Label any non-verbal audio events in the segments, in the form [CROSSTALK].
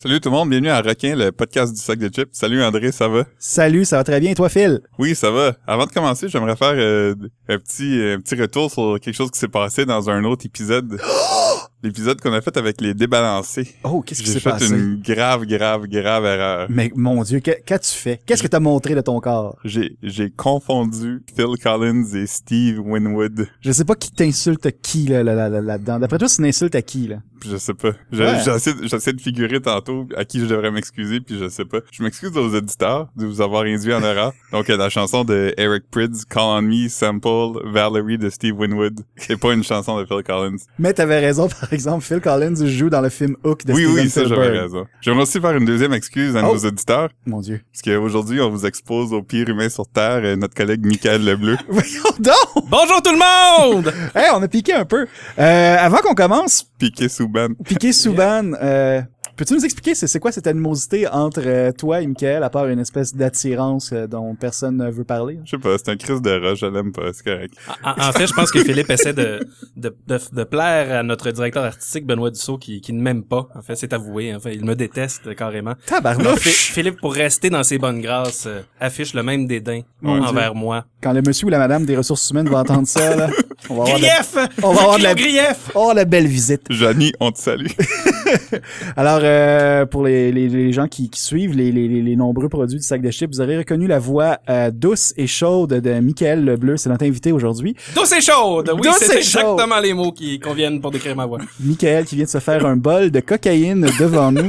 Salut tout le monde, bienvenue à Requin, le podcast du sac de chips. Salut André, ça va? Salut, ça va très bien. Et toi, Phil? Oui, ça va. Avant de commencer, j'aimerais faire euh, un petit un petit retour sur quelque chose qui s'est passé dans un autre [GASPS] épisode. L'épisode qu'on a fait avec les débalancés. Oh, qu'est-ce qui J'ai s'est fait passé? une grave, grave, grave erreur. Mais mon Dieu, que- qu'as-tu fait? Qu'est-ce que t'as montré de ton corps? J'ai j'ai confondu Phil Collins et Steve Winwood. Je sais pas qui t'insulte qui là, là, là, là, là-dedans. D'après toi, c'est une insulte à qui, là? Je sais pas. Je- Ouais. J'essaie de- j'essaie de figurer tantôt à qui je devrais m'excuser, puis je sais pas. Je m'excuse aux auditeurs de vous avoir induit en [LAUGHS] erreur. Donc, euh, la chanson de Eric Prydz, Call on Me, Sample, Valerie de Steve Winwood, c'est pas une chanson de Phil Collins. Mais t'avais raison, [LAUGHS] par exemple, Phil Collins joue dans le film Hook de oui, Steven oui, ça, j'avais Spielberg. raison. J'aimerais aussi faire une deuxième excuse à Oh. nos auditeurs, Mon Dieu. [LAUGHS] parce qu'aujourd'hui, on vous expose au pire humain sur Terre, euh, notre collègue Michael [LAUGHS] Lebleu. Voyons donc! Bonjour tout le monde! Hey, on a piqué un peu. Euh, avant qu'on commence, Piqué Souban. [LAUGHS] piqué Souban, euh, peux-tu nous expliquer c'est c'est quoi cette animosité entre euh, toi et Michael, à part une espèce d'attirance euh, dont personne ne veut parler? Je sais pas, c'est un crise de rush, je l'aime pas, c'est correct. en, en fait, je pense que Philippe essaie de, de, de, de plaire à notre directeur artistique, Benoît Dussault, qui, qui ne m'aime pas. En fait, c'est avoué. En fait, il me déteste euh, carrément. Alors, Phi- Tabarnouche! Philippe, pour rester dans ses bonnes grâces, euh, affiche le même dédain Mon envers moi. Quand le monsieur ou la madame des ressources humaines va entendre ça, là, on va avoir de- Grief! On va avoir de Crie la- au grief! Oh, la belle visite. Johnny, on te salue. Alors, euh, pour les, les, les gens qui, qui suivent les, les, les- les nombreux produits du sac de chips, vous avez reconnu la voix euh, douce et chaude de Michael Lebleu. C'est notre invité aujourd'hui. Douce et chaude! Oui, Douce c'est et chaude. exactement les mots qui conviennent pour décrire ma voix. Michael qui vient de se faire un bol de cocaïne devant nous.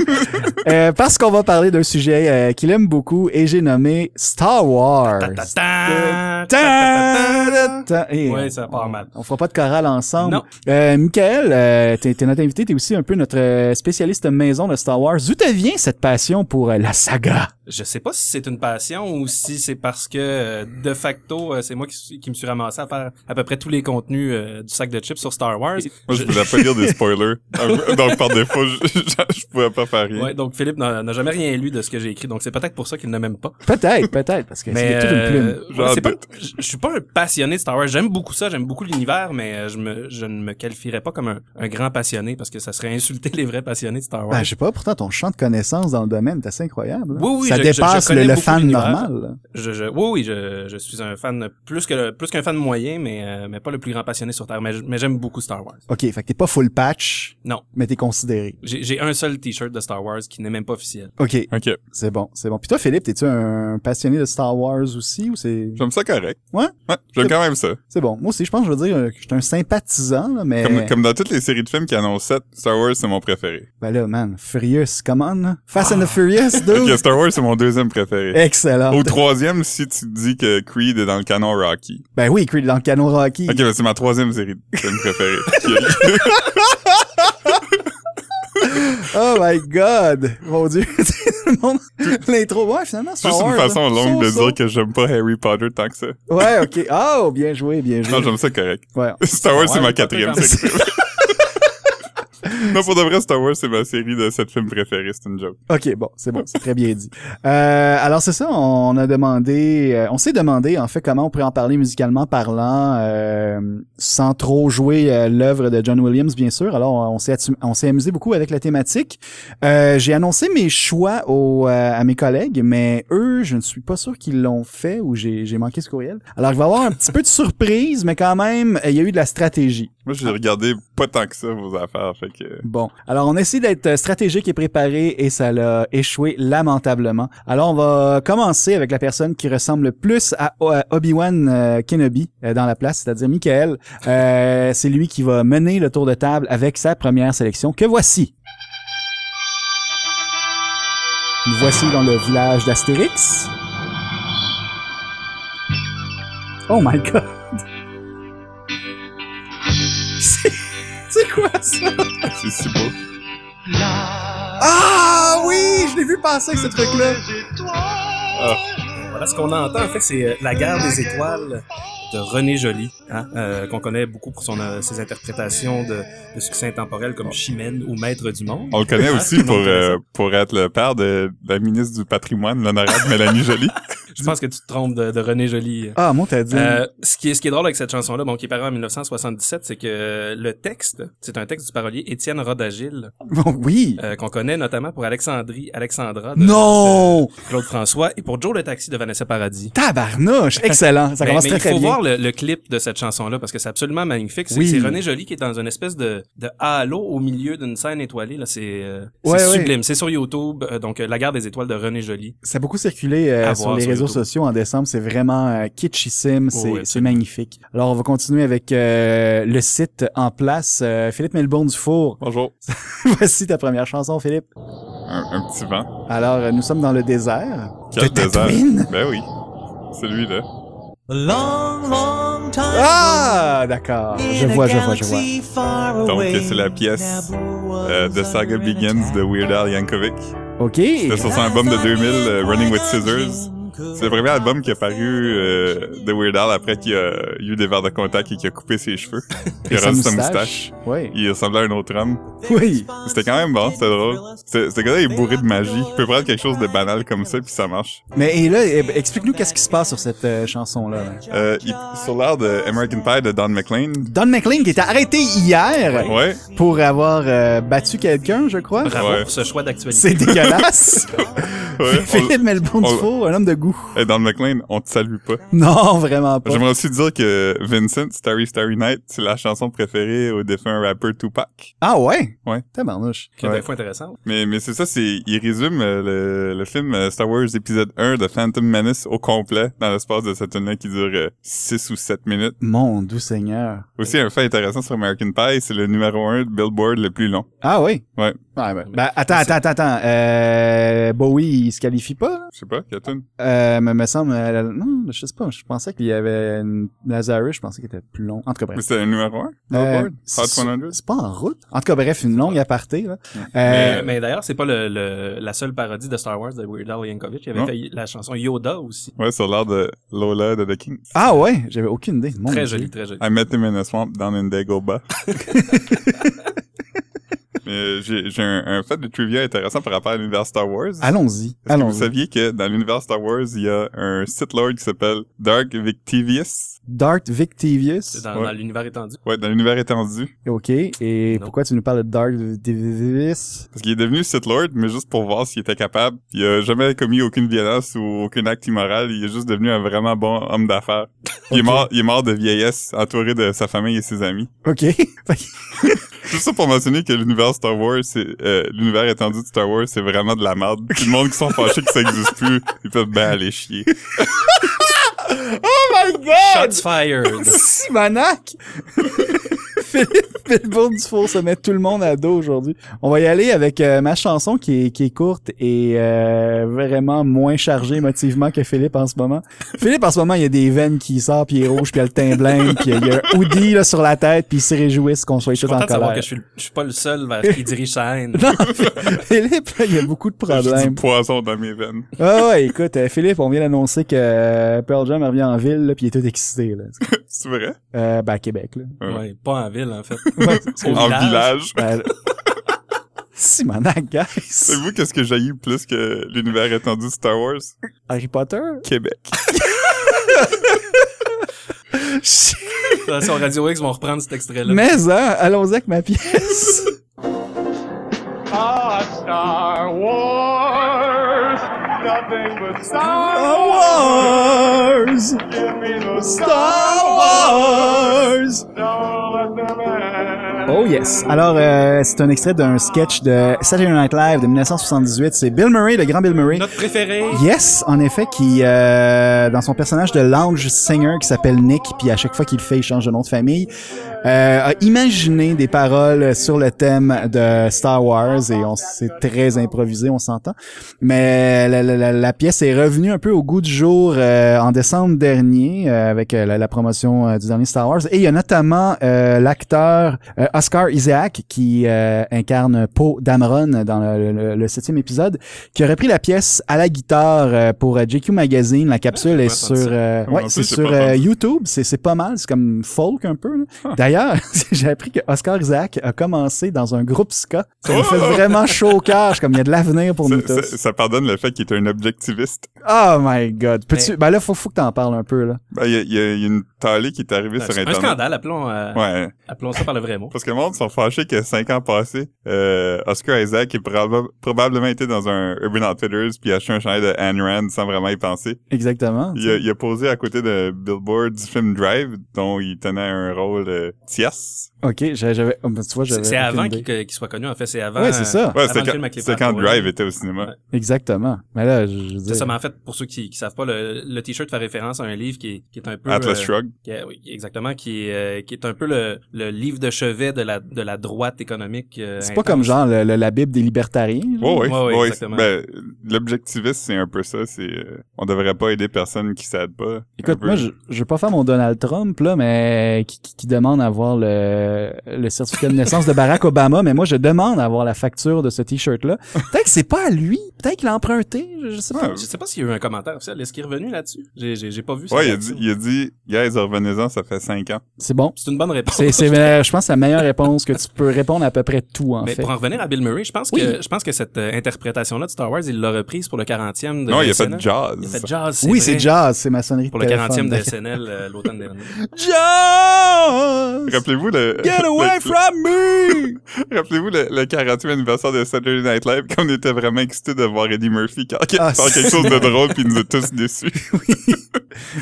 Euh, parce qu'on va parler d'un sujet euh, qu'il aime beaucoup et j'ai nommé Star Wars. Ta- ta- ta- Ta- ta- Eh, Ouais, ça part mal. On fera pas de chorale ensemble. Non. Euh, Michael, euh, t'es t'es notre invité, t'es aussi un peu notre euh, spécialiste maison de Star Wars. D'où te vient cette passion pour euh, la saga? Je sais pas si c'est une passion ou si c'est parce que euh, de facto euh, c'est moi qui, suis- qui me suis ramassé à faire à peu près tous les contenus euh, du sac de chips sur Star Wars. Moi, je voulais pas dire des [LAUGHS] spoilers. Donc, par défaut, je, je- je pouvais pas faire rien. Ouais, donc Philippe n'a n'a jamais rien lu de ce que j'ai écrit, donc c'est peut-être pour ça qu'il ne m'aime pas. Peut-être, peut-être, parce que c'est toute une euh, plume. Ah, ben- ouais, J'en c'est pas- doute. je je suis pas un passionné de Star Wars. J'aime beaucoup ça, j'aime beaucoup l'univers, mais euh, je, me, je ne me qualifierais pas comme un, un grand passionné parce que ça serait insulter [LAUGHS] les vrais passionnés de Star Wars. Ah, je sais pas, pourtant ton champ de connaissances dans le domaine est assez incroyable. là. Oui, oui, ça je- je- je dépasse connais le, le beaucoup fan l'univers. normal. là. Je, je- oui, oui, je, je suis un fan plus que le- plus qu'un fan moyen, mais euh, mais pas le plus grand passionné sur Terre. Mais, je- mais j'aime beaucoup Star Wars. OK, fait que t'es pas full patch, Non. mais t'es considéré. J'ai j'ai un seul t-shirt de Star Wars qui n'est même pas officiel. OK, Ok. c'est bon, c'est bon. Puis toi, Philippe, t'es-tu un passionné de Star Wars aussi ou c'est... J'aime ça correct. Ouais? Ouais, j'aime quand même ça. C'est bon. Moi aussi, je pense que je veux dire euh, que je suis un sympathisant, là, mais... Comme, comme dans toutes les séries de films qui annonçaient, Star Wars, c'est mon préféré. Ben là, man, Furious, come on, là. Fast and the Furious, dude! Ah. [LAUGHS] Ok, Star Wars, c'est mon deuxième préféré. Excellent. Au troisième, si tu dis que Creed est dans le canon Rocky. Ben oui, Creed dans le canon Rocky. Ok, ben, c'est ma troisième série de films [LAUGHS] préférée. Ok. Oh my god! Mon dieu! [LAUGHS] Tout le monde- L'intro, ouais, finalement, C'est Star juste une Wars, hein. façon là. longue de So, so. dire que j'aime pas Harry Potter tant que ça. Ouais, ok. Oh, bien joué, bien joué. Non, j'aime ça [LAUGHS] correct. Ouais. Star Wars, Ouais, c'est ma Harry Potter, quatrième quand même. série. [LAUGHS] Non, pour de vrai, Star Wars, c'est ma série de sept films préférés, c'est une joke. Ok, bon, c'est bon, c'est très bien dit. Euh, alors c'est ça, on a demandé, euh, on s'est demandé en fait comment on pourrait en parler musicalement parlant, euh, sans trop jouer euh, l'œuvre de John Williams bien sûr. Alors on s'est attu- on s'est amusé beaucoup avec la thématique. Euh, J'ai annoncé mes choix au, euh, à mes collègues, mais eux, je ne suis pas sûr qu'ils l'ont fait ou j'ai j'ai manqué ce courriel. Alors il va y avoir un petit peu de surprise, mais quand même, il y a eu de la stratégie. Moi, j'ai regardé pas tant que ça vos affaires, fait que... euh, Bon, alors on essaie d'être euh, stratégique et préparé et ça l'a échoué lamentablement. Alors on va commencer avec la personne qui ressemble le plus à O- à Obi-Wan euh, Kenobi euh, dans la place, c'est-à-dire Michael. Euh, c'est lui qui va mener le tour de table avec sa première sélection que voici. Nous voici dans le village d'Astérix. Oh my god. [LAUGHS] C'est- C'est quoi ça? C'est si beau. Ah oui, je l'ai vu passer avec ce truc-là. Voilà ce qu'on entend en fait, c'est euh, la guerre des étoiles de René Joly, hein, euh, qu'on connaît beaucoup pour son, euh, ses interprétations de, de succès intemporel comme Chimène ou Maître du Monde. [LAUGHS] Hein, On le connaît aussi pour, euh, pour être le père de la ministre du patrimoine, l'honorable Mélanie [LAUGHS] Joly. Je pense que tu te trompes de, de René Joly. Ah, mon t'as dit. Euh, ce, qui est, ce qui est drôle avec cette chanson-là, bon, qui est parue en 1977, c'est que euh, le texte, c'est un texte du parolier Étienne Rodagil, [LAUGHS] Bon, oui. euh, qu'on connaît notamment pour Alexandrie, Alexandra de non! de Claude François et pour Joe le Taxi de Vanessa Paradis. Tabarnouche! Excellent. Ça Mais- commence Ben, mais très, il faut très bien. voir le, le clip de cette chanson-là parce que c'est absolument magnifique. C'est Oui. c'est René Joly qui est dans une espèce de, de halo au milieu d'une scène étoilée. là. C'est euh, c'est Ouais, ouais. sublime. C'est sur YouTube. euh, donc, euh, La guerre des étoiles de René Joly. Ça a beaucoup circulé euh, À sur voir les sur réseaux YouTube. sociaux en décembre. C'est vraiment euh, kitschissime. C'est oui, c'est absolument. magnifique. Alors, on va continuer avec euh, le site en place. Euh, Philippe Melbourne-Dufour, [LAUGHS] Bonjour. voici ta première chanson, Philippe. Un, un petit vent. Alors, euh, nous sommes dans le désert. Quel désert. Tatooine? Ben oui. Celui-là. A long, long time Ah, d'accord. ago, Je in a vois, je vois, je vois. galaxy far Donc, away, c'est la pièce, Naboo was Euh, The Saga under Begins attack. de Weird Al Yankovic. OK. C'était sur son album de 2000, euh, Running with Scissors. C'est le premier album qui est paru euh, de Weird Al après qu'il a eu des verres de contact et qu'il a coupé ses [LAUGHS] cheveux. Il a sa rendu sa moustache. moustache. Oui. Il ressemblait à un autre homme. Oui. C'était quand même bon, c'était drôle. Ce ce gars-là est bourré de magie. Tu peux prendre quelque chose de banal comme ça puis ça marche. Mais et là, eh, ben, explique-nous qu'est-ce qui se passe sur cette euh, chanson-là. là. Euh, il- sur l'art de American Pie de Don McLean. Don McLean qui était arrêté hier Ouais. pour avoir euh, battu quelqu'un, je crois. Bravo Ouais. pour ce choix [LAUGHS] d'actualité. C'est dégueulasse. ouais. [LAUGHS] Philippe Melbourne on- Dufour, un homme de On- goût. eh, Don McLean, on te salue pas. Non, vraiment pas. J'aimerais aussi dire que Vincent, Starry Starry Night, c'est la chanson préférée au défunt rappeur Tupac. Ah ouais? Ouais. Tabarnouche. C'est Ouais. des fois intéressant. Mais, mais c'est ça, c'est, il résume euh, le, le film euh, Star Wars épisode 1 de Phantom Menace au complet dans l'espace de cette tune qui dure 6 ou 7 minutes. Mon doux seigneur. Aussi, un fait intéressant sur American Pie, c'est le numéro 1 de Billboard le plus long. Ah oui? Ouais. ben, ben, attends, attends, attends, attends. Euh, Bowie, il se qualifie pas? Je sais pas, quelle tune? Euh, mais me semble, euh, la- non, je sais pas. Je pensais qu'il y avait une Lazarus, je pensais qu'il était plus long. En tout cas, Mais bref. c'est le numéro 1? Euh, Billboard? c'est- Hot 100? C'est pas en route. En tout cas, bref, une longue aparté, là. Mais, Euh, mais d'ailleurs, c'est pas le, le- la seule parodie de Star Wars de Weird Al Yankovic. Il avait Non. fait la chanson Yoda aussi. Ouais, sur l'art de Lola de The King. Ah ouais? J'avais aucune idée. Mon Très Dieu. joli, très joli. I met him in a swamp down in Dagobah. Mais j'ai j'ai un, un fait de trivia intéressant par rapport à l'univers Star Wars. Allons-y. Est-ce que vous Allons-y. saviez que dans l'univers Star Wars, il y a un Sith Lord qui s'appelle Dark Victivius? Dart C'est Victivius. dans, Ouais. dans l'univers étendu. Ouais, dans l'univers étendu. OK. Et Non. pourquoi tu nous parles de Dart Victivius? Parce qu'il est devenu Sith Lord, mais juste pour voir s'il était capable. Il a jamais commis aucune violence ou aucun acte immoral. Il est juste devenu un vraiment bon homme d'affaires. Il, est mort, il est mort de vieillesse, entouré de sa famille et ses amis. OK. Fait que- Juste ça pour mentionner que l'univers Star Wars, c'est euh, l'univers étendu de Star Wars, c'est vraiment de la merde. Tout le monde qui sont fâchés que ça existe plus, ils peuvent bien aller chier. Shots [LAUGHS] fired! Simonac! [LAUGHS] Philippe Bilbourg Dufour se met tout le monde à dos aujourd'hui. On va y aller avec euh, ma chanson qui est, qui est courte et euh, vraiment moins chargée émotivement que Philippe en ce moment. Philippe en ce moment, il y a des veines qui sortent, puis il est rouge, puis il a le teint blanc, puis il y a un hoodie là, sur la tête, puis il se réjouit qu'on soit Je suis tous en content de savoir que colère. je suis, le- je suis pas le seul vers qui dirige sa [LAUGHS] haine. Non, Philippe, là, il y a [LAUGHS] beaucoup de J'ai du problèmes. poison dans mes veines. [LAUGHS] Ah ouais, écoute, euh, Philippe, on vient d'annoncer que euh, Pearl Jam revient en ville, là, puis il est tout excité. Là. C'est vrai? Euh, ben, à Québec, [LAUGHS] là. Ouais. Ouais, pas en ville, en fait. [LAUGHS] Ouais, Au en village. village. Ben, [LAUGHS] Simonac, guys. Savez-vous qu'est-ce que j'ai plus que l'univers étendu de Star Wars? Harry Potter? Québec. Sur Radio X, ils vont reprendre cet extrait-là. Mais hein, allons-y avec ma pièce. Ah, Star Wars, nothing but Star Wars! Give me the Don't let them in. Oh yes. Alors, euh, c'est un extrait d'un sketch de Saturday Night Live de 1978. C'est Bill Murray, le grand Bill Murray. Notre préféré! Yes, en effet, qui euh, dans son personnage de lounge singer qui s'appelle Nick, puis à chaque fois qu'il le fait, il change de nom de famille, euh, a imaginé des paroles sur le thème de Star Wars et on s'est très improvisé, on s'entend. Mais la, la- la- la pièce est revenue un peu au goût du jour euh, en décembre dernier euh, avec euh, la, la promotion euh, du dernier Star Wars et il y a notamment euh, l'acteur euh, Oscar Isaac, qui euh, incarne Poe Dameron dans le, le- le septième épisode, qui a repris la pièce à la guitare euh, pour euh, JQ Magazine. La capsule j'ai est pas entendu sur, euh, Moi ouais, non c'est plus, j'ai sur pas euh, entendu. YouTube. C'est c'est pas mal, c'est comme folk un peu. là. D'ailleurs, [LAUGHS] j'ai appris que Oscar Isaac a commencé dans un groupe ska. Ça me fait Oh! vraiment chaud au cœur. Je suis comme il y a de l'avenir pour nous Ça, tous. ça- ça pardonne le fait qu'il est un objectiviste. Oh my god. Peux-tu, ben là, faut, faut que t'en parles un peu, là. Ben, il y, a- il y a il y a une talée qui est arrivée sur Ben, C'est un Internet. scandale, appelons, euh, Ouais. appelons ça par le vrai mot. Parce que le monde sont fâchés que cinq ans passés, euh, Oscar Isaac est proba- probablement été dans un Urban Outfitters puis a acheté un chandail de Ayn Rand sans vraiment y penser. Exactement. Il a, il a posé à côté de Billboard du film Drive, dont il tenait un rôle euh, tierce. Ok, j'a- j'avais, oh, ben, tu vois, j'avais. C'est c'est aucune avant idée. qu'il que- qu'il soit connu, en fait, c'est avant. Ouais, c'est ça. Ouais, Avant c'était le film quand, avec les c'était quand Pop Boys. Drive était au cinéma. Ouais. Exactement. Mais là, je, je veux C'est dire- ça, mais en fait, pour ceux qui, qui savent pas, le, le t-shirt fait référence à un livre qui est, qui est un peu... Atlas euh, Shrugged. qui est- oui, exactement, qui est, euh, qui est un peu le, le livre de chevet de la, de la droite économique. euh, c'est pas intense. comme genre le- le- la Bible des libertariens. genre. Oh, oui, Ouais, ouais, oui. exactement. Ben, l'objectiviste, c'est un peu ça. C'est, euh, on devrait pas aider personne qui s'aide pas. Un Écoute, peu. moi, je, je veux pas faire mon Donald Trump, là, mais qui, qui, qui demande à avoir le, le certificat de naissance de Barack Obama, mais moi, je demande à avoir la facture de ce T-shirt-là. Peut-être que c'est pas à lui, peut-être qu'il l'a emprunté, je, je sais pas. Ouais, Je sais pas s'il y a eu un commentaire officiel. Est-ce qu'il est revenu là-dessus? J'ai- J'ai j'ai pas vu ça. ouais, il a dit, il a dit, guys, revenez-en, ça fait cinq ans. C'est bon. C'est une bonne réponse. C'est, c'est, euh, je pense, que c'est la meilleure réponse que tu peux répondre à à peu près tout, en Mais fait. pour en revenir à Bill Murray, je pense Oui. que je pense que cette euh, interprétation-là de Star Wars, il l'a reprise pour le 40e de non, il a fait SNL. jazz. Il a fait jazz. c'est Oui, vrai, c'est jazz, c'est maçonnerie. Pour de le téléphone. 40e de SNL euh, l'automne dernier. [LAUGHS] Jazz! Rappelez-vous le... Get away [LAUGHS] le- from me! [LAUGHS] Rappelez-vous le, le 40e anniversaire de Saturday Night Live, quand on était vraiment excités de voir Eddie Murphy faire Ah, faire quelque c'est- chose de drôle, puis il nous a tous déçus.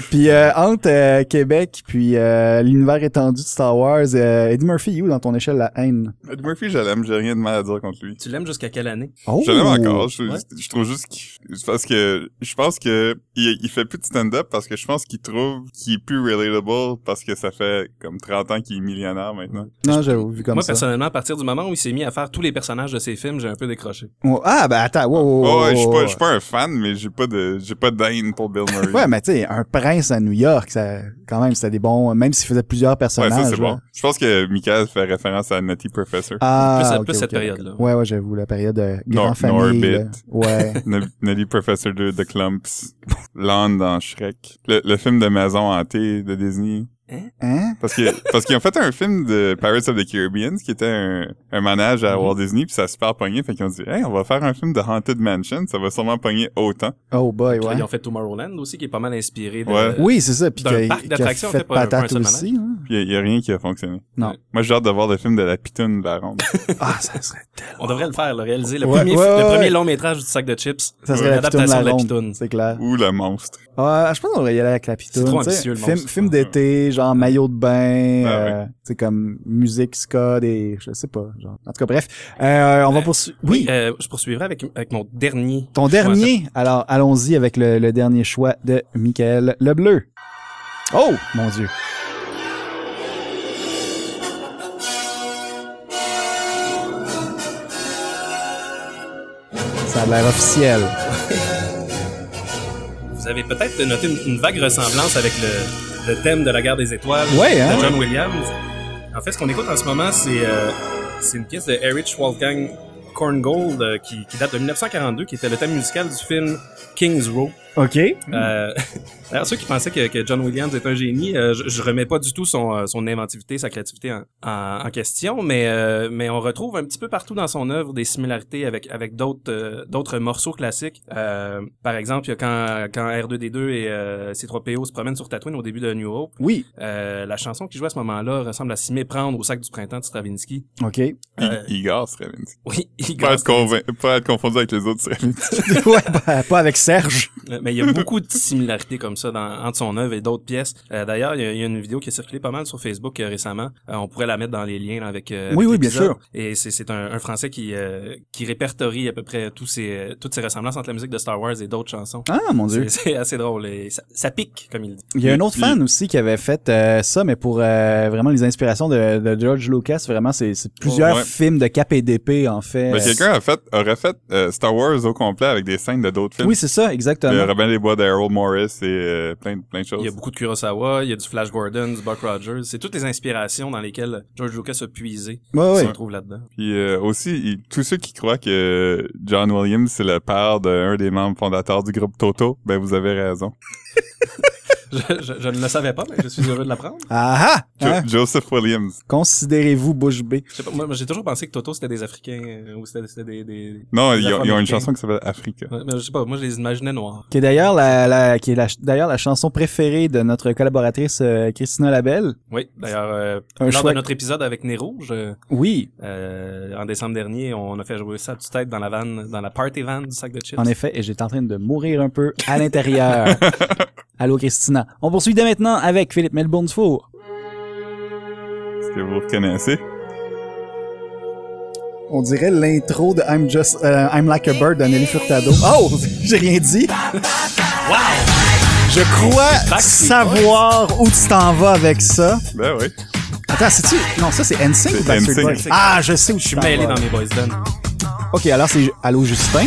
Puis euh, entre euh, Québec puis euh, l'univers étendu de Star Wars, euh, Eddie Murphy, il est où dans ton échelle la haine? [LAUGHS] Eddie Murphy, je l'aime, j'ai rien de mal à dire contre lui. Tu l'aimes jusqu'à quelle année? Oh! Je l'aime encore, je, Ouais. je trouve juste qu'il- c'est parce que je pense que il, il fait plus de stand-up parce que je pense qu'il trouve qu'il est plus relatable parce que ça fait comme 30 ans qu'il est millionnaire maintenant. Non, j'avoue, vu comme Moi, ça. personnellement, à partir du moment où il s'est mis à faire tous les personnages de ses films, j'ai un peu décroché. Oh, ah, ben attends, wow, wow, Oh, ouais, je suis wow, pas, wow. je suis pas un fan, mais j'ai pas de, j'ai pas d'haine pour Bill Murray. Ouais, mais tu sais, un prince à New York, ça, quand même, c'était des bons... Même s'il faisait plusieurs Ouais, personnages. ça c'est là. bon. Je pense que Michael fait référence à Nutty Professor. Ah, Plus- ok, plus ok, cette ok. période-là. Ouais, ouais, j'avoue, la période de grand Nor- famille. Norbit. là. Ouais. N- Nelly Professor 2 de Clumps. Land dans Shrek. Le, le film de maison hantée de Disney. Hein? Parce que [LAUGHS] parce qu'ils ont fait un film de Pirates of the Caribbean, ce qui était un, un manège Mm-hmm. à Walt Disney, puis ça a super pogné. Fait qu'ils ont dit, hey, on va faire un film de Haunted Mansion, ça va sûrement pogner autant. Oh boy, ouais. Ils ont fait Tomorrowland aussi, qui est pas mal inspiré de... Ouais. Oui, c'est ça. Puis Euh, qu'il D'un parc qu'il a d'attractions, on fait fait pas un- patate un seul aussi. hein. Puis il y, a rien qui a fonctionné. Non. Moi, j'ai hâte de voir le film de la pitoune de la [LAUGHS] ronde. Ah, [LAUGHS] ça serait On devrait le faire, le réaliser. Le Ouais, premier, ouais, le ouais, premier ouais. long métrage du sac de chips. euh, Ça serait la pitoune l'adaptation la de la ronde, pitoune. c'est clair. Ou le monstre. Ah, je pense qu'on devrait y aller avec la pitoune. C'est trop tu sais. ambitieux, le Film, monstre. film d'été, genre maillot de bain, Ah, euh, c'est comme musique ska, des, je sais pas, genre. En tout cas, bref, euh, on va Euh, poursuivre. Oui, Euh, je poursuivrai avec, avec mon dernier. ton choix, en fait. dernier. Alors, allons-y avec le, le dernier choix de Michael Le Bleu. Oh, mon dieu. Ça a l'air officiel. Vous avez peut-être noté une, une vague ressemblance avec le, le thème de la guerre des étoiles Ouais, hein? de John Williams. En fait, ce qu'on écoute en ce moment, c'est euh, c'est une pièce de Erich Wolfgang Korngold euh, qui, qui date de 1942, qui était le thème musical du film King's Row. OK. Euh, [LAUGHS] alors, ceux qui pensaient que, que John Williams est un génie, euh, je, je remets pas du tout son, euh, son inventivité, sa créativité en, en- en question, mais, euh, mais on retrouve un petit peu partout dans son œuvre des similarités avec, avec d'autres euh, d'autres morceaux classiques. Euh, par exemple, il y a quand, quand R2D2 et euh, C3PO se promènent sur Tatooine au début de New Hope, Oui. euh, la chanson qui joue à ce moment-là ressemble à s'y méprendre au sac du printemps de Stravinsky. [LAUGHS] OK. Euh, I- Igor Stravinsky. Oui, il Pas être, convain- pas être confondu avec les autres Stravinsky. [LAUGHS] ouais, pas- pas avec Serge. Euh, Mais il y a beaucoup de similarités comme ça dans, entre son œuvre et d'autres pièces. Euh, D'ailleurs, il y, a- il y a une vidéo qui a circulé pas mal sur Facebook euh, récemment. Euh, on pourrait la mettre dans les liens là, avec. euh, Oui, avec oui, bien l'épisode. sûr. Et c'est c'est un, un Français qui euh, qui répertorie à peu près tous ces toutes ces ressemblances entre la musique de Star Wars et d'autres chansons. Ah, mon dieu. C'est- C'est assez drôle et ça, ça pique comme il dit. Il y a un autre Il- fan aussi qui avait fait euh, ça, mais pour euh, vraiment les inspirations de, de George Lucas, vraiment, c'est c'est plusieurs Ouais. films de cap et d'épée, en fait. euh, Ben, quelqu'un a fait, aurait fait euh, Star Wars au complet avec des scènes de d'autres films. oui, c'est ça, exactement. euh, vraiment. Robin des Bois d'Errol Morris et euh, plein, de- plein de choses. Il y a beaucoup de Kurosawa, il y a du Flash Gordon, du Buck Rogers. C'est toutes les inspirations dans lesquelles George Lucas a puisé. Ouais, qui ouais. se retrouve là-dedans. Puis euh, aussi, il- tous ceux qui croient que John Williams, c'est le père d'un des membres fondateurs du groupe Toto, ben vous avez raison. Je, je- je ne le savais pas, mais je suis heureux de l'apprendre. Ah ah! Jo- Hein? Joseph Williams. Considérez-vous bouche bée. Je sais pas, moi, moi, j'ai toujours pensé que Toto, c'était des Africains euh, ou c'était c'était des... des... Non, Les ils ont, ils ont une Afro-Américains. chanson qui s'appelle Africa. Ouais, mais je sais pas, moi, je les imaginais noirs. Qui est d'ailleurs la, la- qui est la ch- d'ailleurs la chanson préférée de notre collaboratrice euh, Christina Labelle. Oui, d'ailleurs, euh, Un lors choix- de notre épisode avec Nez Rouge, euh, Oui, euh, en décembre dernier, on a fait jouer ça à toute tête dans la van, dans la party van du sac de chips. en effet, et j'étais en train de mourir un peu à [LAUGHS] l'intérieur. Allô Christina. On poursuit dès maintenant avec Philippe Melbourne Dufour. Est-ce que vous reconnaissez? On dirait l'intro de I'm Just euh, I'm Like a Bird de Nelly Furtado. Oh, [LAUGHS] j'ai rien dit. Je crois savoir où tu t'en vas avec ça. Ben oui. Attends, c'est tu Non, ça c'est NSYNC C'est ou Backstreet NSYNC. Boys. Ah, je sais où je Je suis mêlé dans mes boys done. Ok, alors c'est Allô Justin.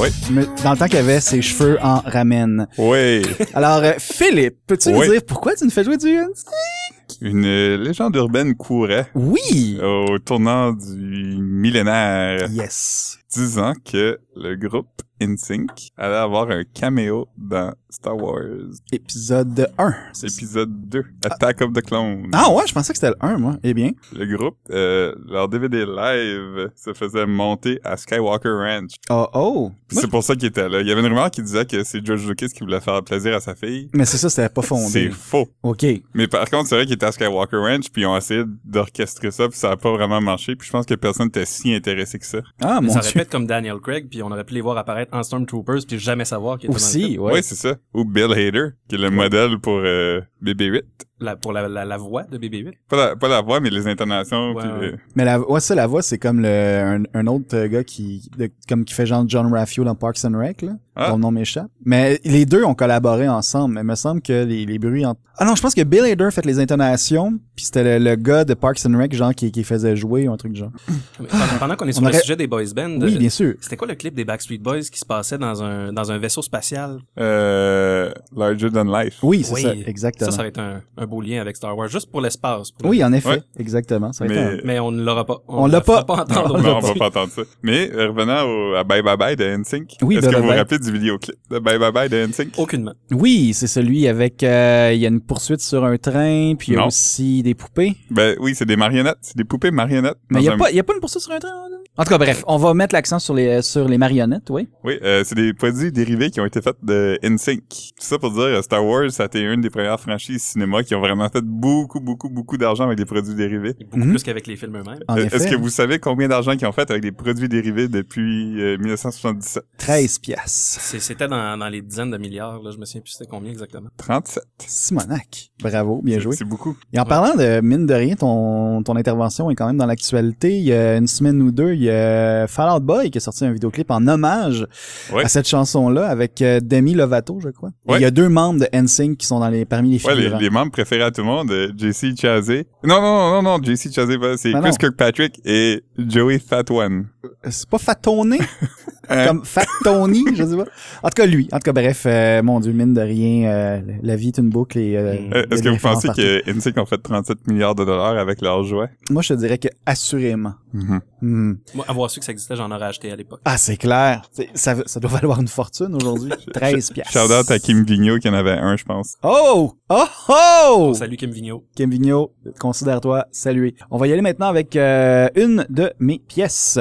Oui. Mais Dans le temps qu'il avait ses cheveux en ramène. Oui. Alors, euh, Philippe, peux-tu Oui. nous dire pourquoi tu nous fais jouer du NSYNC? Une euh, légende urbaine courait Oui! au tournant du millénaire Yes. disant que le groupe InSync allait avoir un caméo dans Star Wars Épisode 1. épisode 2, Attack of the Clones. Ah ouais, je pensais que c'était le 1, moi. Eh bien. Le groupe, euh, leur DVD live se faisait monter à Skywalker Ranch. Oh oh. Puis C'est pour ça qu'ils étaient là. Il y avait une rumeur qui disait que c'est George Lucas qui voulait faire plaisir à sa fille. Mais c'est ça, c'était pas C'est fondé. faux. OK. Mais par contre, c'est vrai qu'ils étaient à Skywalker Ranch, puis ils ont essayé d'orchestrer ça, puis ça a pas vraiment marché, puis je pense que personne n'était si intéressé que ça. Ah, mon Ça Dieu. répète comme Daniel Craig, puis on aurait pu les voir apparaître en Stormtroopers, puis jamais savoir qu'ils étaient dans le Aussi, film. Oui, ouais. c'est ça. Ou Bill Hader, qui est le modèle pour euh, BB-8. La- pour la, la, la voix de BB-8. Pas la, pas la voix, mais les intonations. Ouais, puis, ouais. euh, Mais la, ouais, ça, la voix, c'est comme le, un, un autre euh, gars qui, de- comme qui fait genre John Raffio dans Parks and Rec, là. Ah. Dont le nom m'échappe. Mais les deux ont collaboré ensemble. Mais il me semble que les, les bruits en... Ah non, je pense que Bill Hader fait les intonations, puis c'était le, le gars de Parks and Rec, genre, qui, qui faisait jouer ou un truc du genre. Mais pendant- [LAUGHS] Pendant qu'on est sur On le aurait- sujet des boys band, Oui, euh, bien sûr. c'était quoi le clip des Backstreet Boys qui se passait dans un, dans un vaisseau spatial? euh, Larger Than Life. Oui, c'est Oui. ça, exactement. Ça, ça va être un, un beau lien avec Star Wars, juste pour l'espace. pour- Oui, en effet, Ouais. exactement. Ça va être Mais... Mais on ne l'aura pas. On ne l'a le fera pas. entendre Non, on aujourd'hui. va pas entendre ça. Mais euh, revenant au, à Bye Bye Bye de NSYNC, Oui, est-ce Bye que Bye vous vous Bye. Oh. rappelez du vidéoclip de Bye Bye Bye de NSYNC? Aucunement. un- Oui, c'est celui avec... euh, Il y a une poursuite sur un train, puis il y a Non. aussi des poupées. Ben oui, c'est des marionnettes, c'est des poupées marionnettes. Mais dans il n'y a, un- pas- y a pas une poursuite sur un train? hein? En tout cas, bref, on va mettre l'accent sur les, sur les marionnettes, oui. Oui, euh, c'est des produits dérivés qui ont été faits de NSYNC. Tout ça pour dire, euh, Star Wars, ça a été une des premières franchises cinéma qui ont vraiment fait beaucoup, beaucoup, beaucoup d'argent avec des produits dérivés. Beaucoup Mhm. plus qu'avec les films eux-mêmes. En Euh, effet, Est-ce que vous savez combien d'argent qu'ils ont fait avec des produits dérivés depuis euh, 1977? 13 piastres. C'est- C'était dans, dans les dizaines de milliards, là. Je me souviens plus c'était combien exactement. 37. Simonac, bravo, bien C'est- joué. C'est beaucoup. Et en parlant de mine de rien, ton, ton intervention est quand même dans l'actualité. Il y a une semaine ou deux, il y a Fall Out Boy qui a sorti un vidéoclip en hommage Ouais. à cette chanson-là avec euh, Demi Lovato, je crois. Et Ouais. Il y a deux membres de NSYNC qui sont dans les parmi les Ouais, les, figurants. les membres préférés à tout le monde, euh, JC Chazé. Non, non, non, non, non, JC Chazé, pas- c'est Ben Chris non. Kirkpatrick et Joey Fatwan. C'est pas Fatone [LAUGHS] Hein? [LAUGHS] comme Fat Tony, je sais pas. En tout cas, lui. En tout cas, bref, euh, mon Dieu, mine de rien, euh, la vie est une boucle et... euh, Mm. il y a Euh, Est-ce des que vous pensez références que NSYNC ont fait 37 milliards de dollars avec leurs jouets? partout. Moi, je te dirais que assurément. Mhm. Hmm. Moi, avoir su que ça existait, j'en aurais acheté à l'époque. Ah, c'est clair. C'est- Ça, ça doit valoir une fortune [LAUGHS] aujourd'hui. 13 piastres. Shout out à Kim Vigneault qui en avait un, je pense. Oh! Oh! Oh! Salut Kim Vigneault. Kim Vigneault, considère-toi salué. On va y aller maintenant avec euh, une de mes pièces.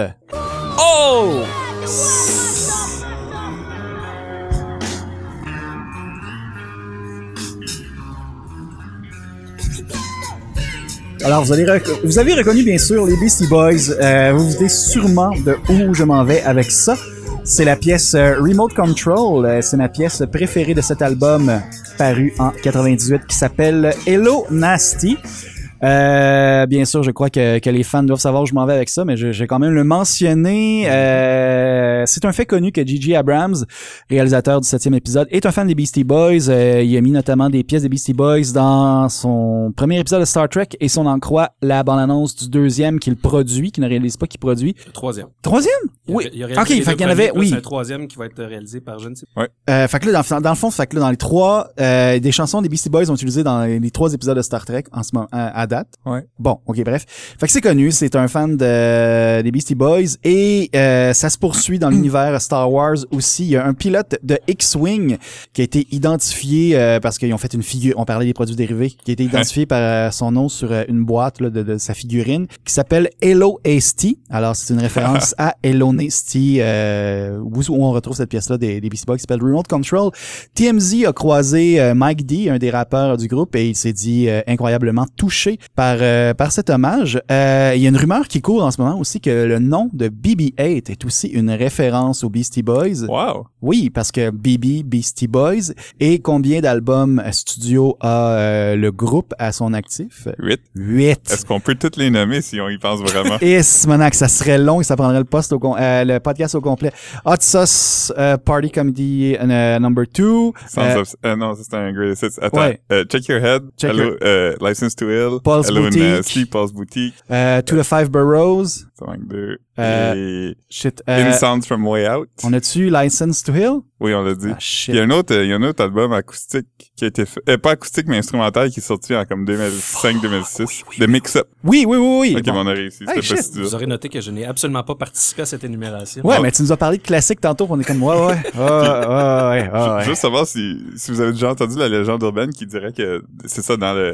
Oh! Alors, vous, allez rec- vous avez reconnu, bien sûr, les Beastie Boys. Euh, vous vous dites sûrement de où je m'en vais avec ça. C'est la pièce euh, Remote Control. Euh, c'est ma pièce préférée de cet album euh, paru en 98 qui s'appelle Hello Nasty. Euh, bien sûr, je crois que, que les fans doivent savoir où je m'en vais avec ça, mais je- j'ai quand même le mentionné. Euh, c'est un fait connu que Gigi Abrams, réalisateur du septième épisode, est un fan des Beastie Boys. Euh, il a mis notamment des pièces des Beastie Boys dans son premier épisode de Star Trek et son en croit la bande-annonce du deuxième qu'il produit, qu'il ne réalise pas, qu'il produit. Le troisième. Troisième? Il Oui. a- il a Ok, réalisé les fait deux qu'il y en avait- premiers, plus oui. un troisième qui va être réalisé par je ne sais pas. Euh, fait que là, dans, dans le fond, fait que là, dans les trois, euh, des chansons des Beastie Boys ont utilisé dans les, les trois épisodes de Star Trek en ce moment, euh, à, à date. Ouais. Bon, ok, bref. Fait que c'est connu, c'est un fan de, des Beastie Boys et euh, ça se poursuit dans l'univers Star Wars aussi. Il y a un pilote de X-Wing qui a été identifié euh, parce qu'ils ont fait une figure, on parlait des produits dérivés, qui a été identifié par euh, son nom sur euh, une boîte là, de, de sa figurine qui s'appelle Hello Hasty. Alors, c'est une référence à Hello Nasty, euh, où, où on retrouve cette pièce-là des, des Beastie Boys qui s'appelle Remote Control. TMZ a croisé euh, Mike D, un des rappeurs du groupe, et il s'est dit euh, incroyablement touché par, euh, par cet hommage. Euh, Il y a une rumeur qui court en ce moment aussi que le nom de BB-8 est aussi une référence aux Beastie Boys. Wow. Oui, parce que BB, Beastie Boys, et combien d'albums studio a euh, le groupe à son actif? 8. Huit. Est-ce qu'on peut toutes les nommer si on y pense vraiment? [LAUGHS] Et Simonac, ça serait long et ça prendrait le, poste au com- euh, le podcast au complet. Hot Sauce euh, Party Comedy euh, Number 2, Sans obs- euh, non, ça, c'est un greatest hits. Attends, Ouais. euh, Check Your Head, Check Hello, euh, License to Ill, Paul's Hello Boutique. Nasty, Paul's Boutique, euh, To the Five Boroughs, ça manque deux, Euh, et shit, In euh, Sounds From Way Out, on a-tu License to Hill? oui, on l'a dit. Ah, Puis il y shit. a un autre, euh, il y a un autre album acoustique qui a été fait, euh, pas acoustique, mais instrumental qui est sorti en comme 2005-2006, The Mix-Up. Oui, oui, oui, oui. Ok, Bon. mais on a réussi, Hey, c'était shit. pas si dur. Vous aurez noté que je n'ai absolument pas participé à cette énumération. Ouais, mais tu nous as parlé de classique tantôt, on est comme, ouais, ouais, ouais, ouais, ouais, Ah ouais, ouais. Juste savoir si, si vous avez déjà entendu la légende urbaine qui dirait que c'est ça dans le,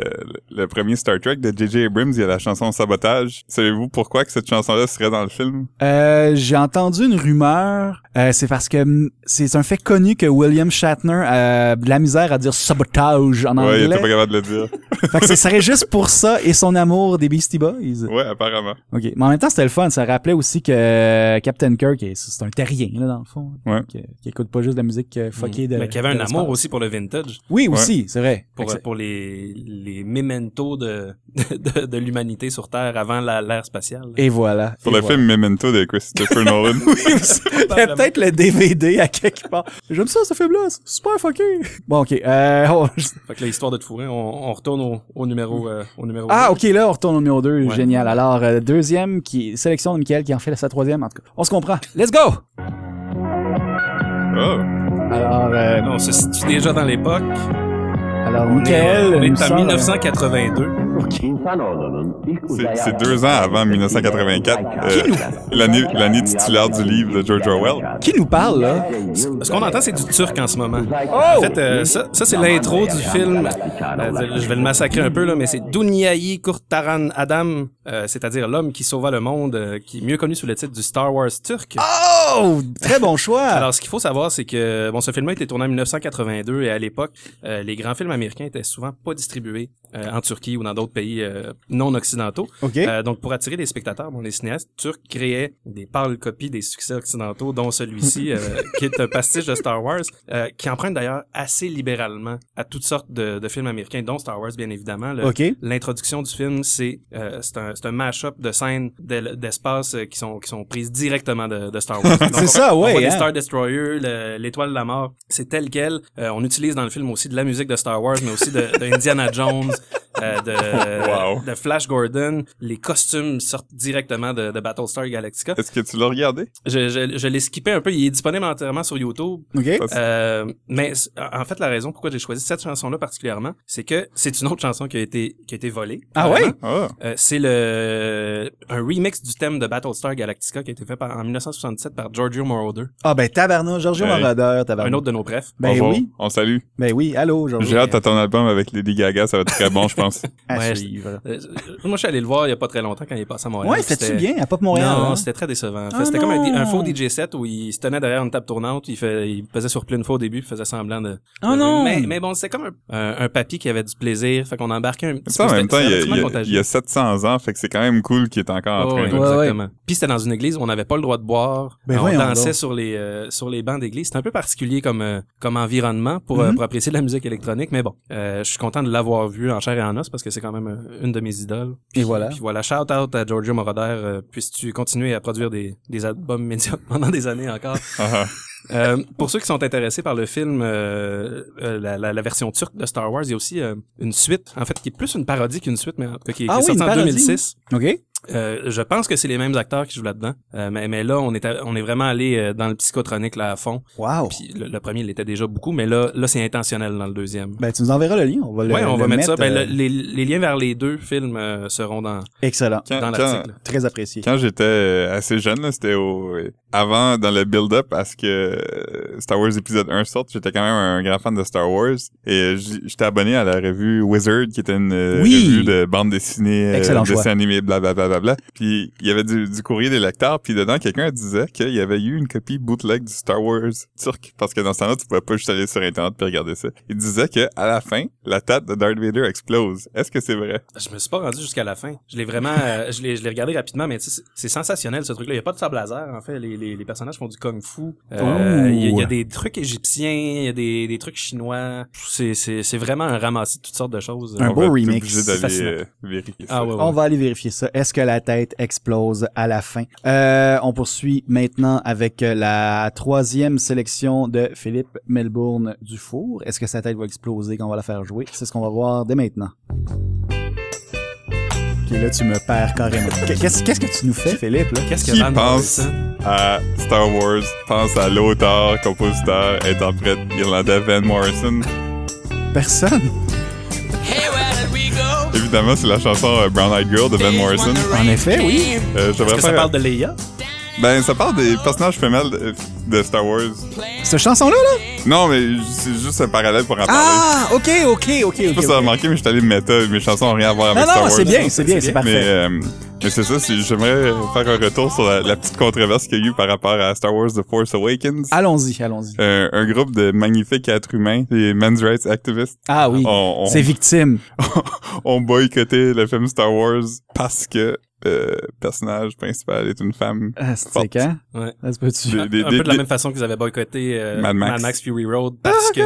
le premier Star Trek de J.J. Abrams, il y a la chanson Sabotage. Savez-vous pourquoi que cette chanson-là serait dans le film? Euh, j'ai entendu une rumeur. euh, c'est parce que mm, c'est un fait connu que William Shatner a de la misère à dire sabotage en ouais, il anglais. était pas capable de le dire. [LAUGHS] fait que ce serait juste pour ça et son amour des Beastie Boys. Ouais, apparemment. Ok. Mais en même temps, c'était le fun. Ça rappelait aussi que euh, Captain Kirk, est- c'est un terrien là dans le fond, Ouais. qui, qui écoute pas juste de la musique euh, fuckée de. Mm. Hmm. Mais qu'il y avait de un l'espace. amour aussi pour le vintage, Oui, aussi, c'est vrai. pour, Fait euh, que pour les, les mementos de, [LAUGHS] de, de l'humanité sur Terre avant la- l'ère spatiale. c'est- Et voilà. Pour et le voilà. film Memento de Christopher [LAUGHS] Nolan. Oui, aussi. [LAUGHS] Il y a peut-être le DVD à quelque part. J'aime ça, ce film-là. C'est super fucké. Bon, ok. Euh, [LAUGHS] on- Fait que là, histoire de te fourrer, on, on retourne au, au numéro, euh, au numéro Ah, deux. ok, là, on retourne au numéro 2. Ouais. Génial. Alors, euh, deuxième qui sélection de Michael qui en fait sa troisième. En tout cas, on se comprend. Let's go! Oh. Alors, euh, Là, on se situe déjà dans l'époque. alors On est, Michael. euh, on est nous en sort, 1982. C'est- c'est deux ans avant 1984, euh, l'année- l'année titulaire du livre de George Orwell. euh, Qui nous parle, là? Ce qu'on entend, c'est du turc en ce moment. En fait, euh, ça, ça, c'est l'intro du film. Euh, je vais le massacrer un peu, là, mais c'est Dunyayi Kurtaran Adam, euh, c'est-à-dire l'homme qui sauva le monde, euh, qui est mieux connu sous le titre du Star Wars turc. Oh! Très bon choix! Alors, ce qu'il faut savoir, c'est que bon, ce film-là a été tourné en 1982 et à l'époque, euh, les grands films américains étaient souvent pas distribués euh, en Turquie ou dans d'autres pays euh, non occidentaux. ok. Euh, donc, pour attirer les spectateurs, bon, les cinéastes turcs créaient des pâles copies des succès occidentaux, [LAUGHS] dont celui-ci, euh, qui est un pastiche de Star Wars, euh, qui emprunte d'ailleurs assez libéralement à toutes sortes de, de films américains, dont Star Wars, bien évidemment. Le- ok. L'introduction du film, c'est euh, c'est un, c'est un mash-up de scènes d'el- d'espace euh, qui sont qui sont prises directement de, de [LAUGHS] Star Wars. Donc, C'est on- ça, ouais, On voit les hein. Star Destroyer, le- l'étoile de la mort, c'est tel quel. Euh, on utilise dans le film aussi de la musique de Star Wars, mais aussi de, de Indiana Jones, euh, de, [LAUGHS] Wow. de Flash Gordon. Les costumes sortent directement de, de Battlestar Galactica. Est-ce que tu l'as regardé? Je, je, je l'ai skippé un peu. Il est disponible entièrement sur YouTube. Ok. Euh, mais c- en fait, la raison pourquoi j'ai choisi cette chanson-là particulièrement, c'est que c'est une autre chanson qui a été qui a été volée. Ah Vraiment. ouais? Oh. Euh, c'est le un remix du thème de Battlestar Galactica qui a été fait par- en 1967 par Giorgio Moroder, Ah, ben, tabarnak, Giorgio Hey. Moroder, un tabarnak. autre de nos prefs. Ben on va- oui. On salue. Ben oui, allô, Giorgio. J'ai hâte à ton album avec Lady Gaga, ça va être très bon, je pense. À Ouais, suivre. Euh, moi, je suis allé le voir il y a pas très longtemps quand il est passé à Montréal. Ouais, fais-tu C'était- bien à Pop Montréal? non, hein? c'était très décevant. En fait, Ah c'était comme un, non. un faux DJ set où il se tenait derrière une table tournante, il, fait, il faisait sur pleine fois au début, il faisait semblant de. Ah de- non. Mais, mais bon, c'était comme un, un, un papy qui avait du plaisir, fait qu'on embarquait un petit Ça, en peu, même c'était- temps, il y a, c'était un petit peu il y a- contagieux. il Ah y a 700 ans, fait que c'est quand même cool qu'il est encore en Ouais, train de... ouais. exactement. Puis c'était dans une église où on n'avait pas le droit de boire. Ben on voyons dansait donc. sur les euh, sur les bancs d'église. C'est un peu particulier comme euh, comme environnement pour euh, Mhm. pour apprécier de la musique électronique, mais bon, euh, je suis content de l'avoir vu en chair et en Romanos parce que c'est quand même euh, une de mes idoles. Et voilà. Puis voilà, shout out à Giorgio Moroder. euh, Puisses-tu continuer à produire des, des albums médiocres [LAUGHS] pendant des [LAUGHS] années encore? Ah, ah. Euh, pour ceux qui sont intéressés par le film, euh, euh, la, la- la version turque de Star Wars, il y a aussi euh, une suite, en fait, qui est plus une parodie qu'une suite, mais en tout cas, qui, est- qui Ah est oui, sortie une en parodie. 2006. OK? Euh, je pense que c'est les mêmes acteurs qui jouent là-dedans, Euh, mais, mais là, on est, à- on est vraiment allé euh, dans le psychotronique là à fond. Wow. Puis le, le premier, il était déjà beaucoup, mais là, là c'est intentionnel dans le deuxième. Ben, tu nous enverras le lien. On va le, ouais, on le va mettre ça. Ben, le- euh, les, les liens vers les deux films euh, seront dans, Excellent. Quand- dans quand- l'article. Très apprécié. Quand j'étais euh, assez jeune, là, c'était au euh, avant dans le build-up à ce que euh, Star Wars épisode 1 sorte, j'étais quand même un grand fan de Star Wars et euh, j- j'étais abonné à la revue Wizard qui était une euh, Oui. revue de bande dessinée, euh, Excellent choix. dessin animé blablabla bla, bla. Puis il y avait du, du courrier des lecteurs puis dedans quelqu'un disait qu'il y avait eu une copie bootleg du Star Wars turc parce que dans ce temps-là tu pouvais pas juste aller sur internet puis regarder ça. Il disait que à la fin, la tête de Darth Vader explose. Est-ce que c'est vrai Je me suis pas rendu jusqu'à la fin. Je l'ai vraiment, euh, [LAUGHS] je l'ai, je l'ai regardé rapidement, mais tu sais, c'est c'est sensationnel ce truc-là. Il y a pas de sable laser en fait. Les, les, les personnages font du kung-fu. Oh. Euh, Il y, a- il y a des trucs égyptiens, il y a des, des trucs chinois. C'est, c'est, c'est vraiment un ramassis de toutes sortes de choses. Un On beau va être remix. obligé C'est d'aller, fascinant. euh, vérifier ça. Ah ouais, ouais. On va aller vérifier ça. Est-ce que la tête explose à la fin? Euh, on poursuit maintenant avec euh, la troisième sélection de Philippe Melbourne Dufour. Est-ce que sa tête va exploser quand on va la faire jouer? C'est ce qu'on va voir dès maintenant. Ok, là, tu me perds carrément. Qu'est-ce qu'est-ce que tu nous fais, Philippe? Là? Qu'est-ce Qui que Van pense Morrison? à Star Wars, pense à l'auteur, compositeur, interprète irlandais Van Morrison. Personne? Hey, where did we go? Évidemment, c'est la chanson euh, Brown Eyed Girl de Van Morrison. En effet, oui. Euh, je devrais Est-ce que ça faire- parle de Leia? Ben, ça parle des personnages femelles de, de Star Wars. Cette chanson-là, là? Non, mais j- c'est juste un parallèle pour en parler. Ah! OK, OK, OK, je sais OK. pas si ça a manqué, mais je suis allé méta. Mes chansons n'ont rien à voir avec Non, Star non, Wars. c'est bien, c'est bien, c'est Mais, parfait. euh, mais c'est ça, c'est- j'aimerais faire un retour sur la, la petite controverse qu'il y a eu par rapport à Star Wars The Force Awakens. Allons-y, allons-y. Euh, un groupe de magnifiques êtres humains, des men's rights activistes, Ah oui, on- on- c'est victime. [LAUGHS] ont boycotté le film Star Wars parce que euh, le personnage principal est une femme. Ah, c'est quand? Ouais. Ça se peut-tu? Des- Un, des- un des- peu de la des- même façon qu'ils avaient boycotté euh, Mad Max. Ah, Fury Road parce que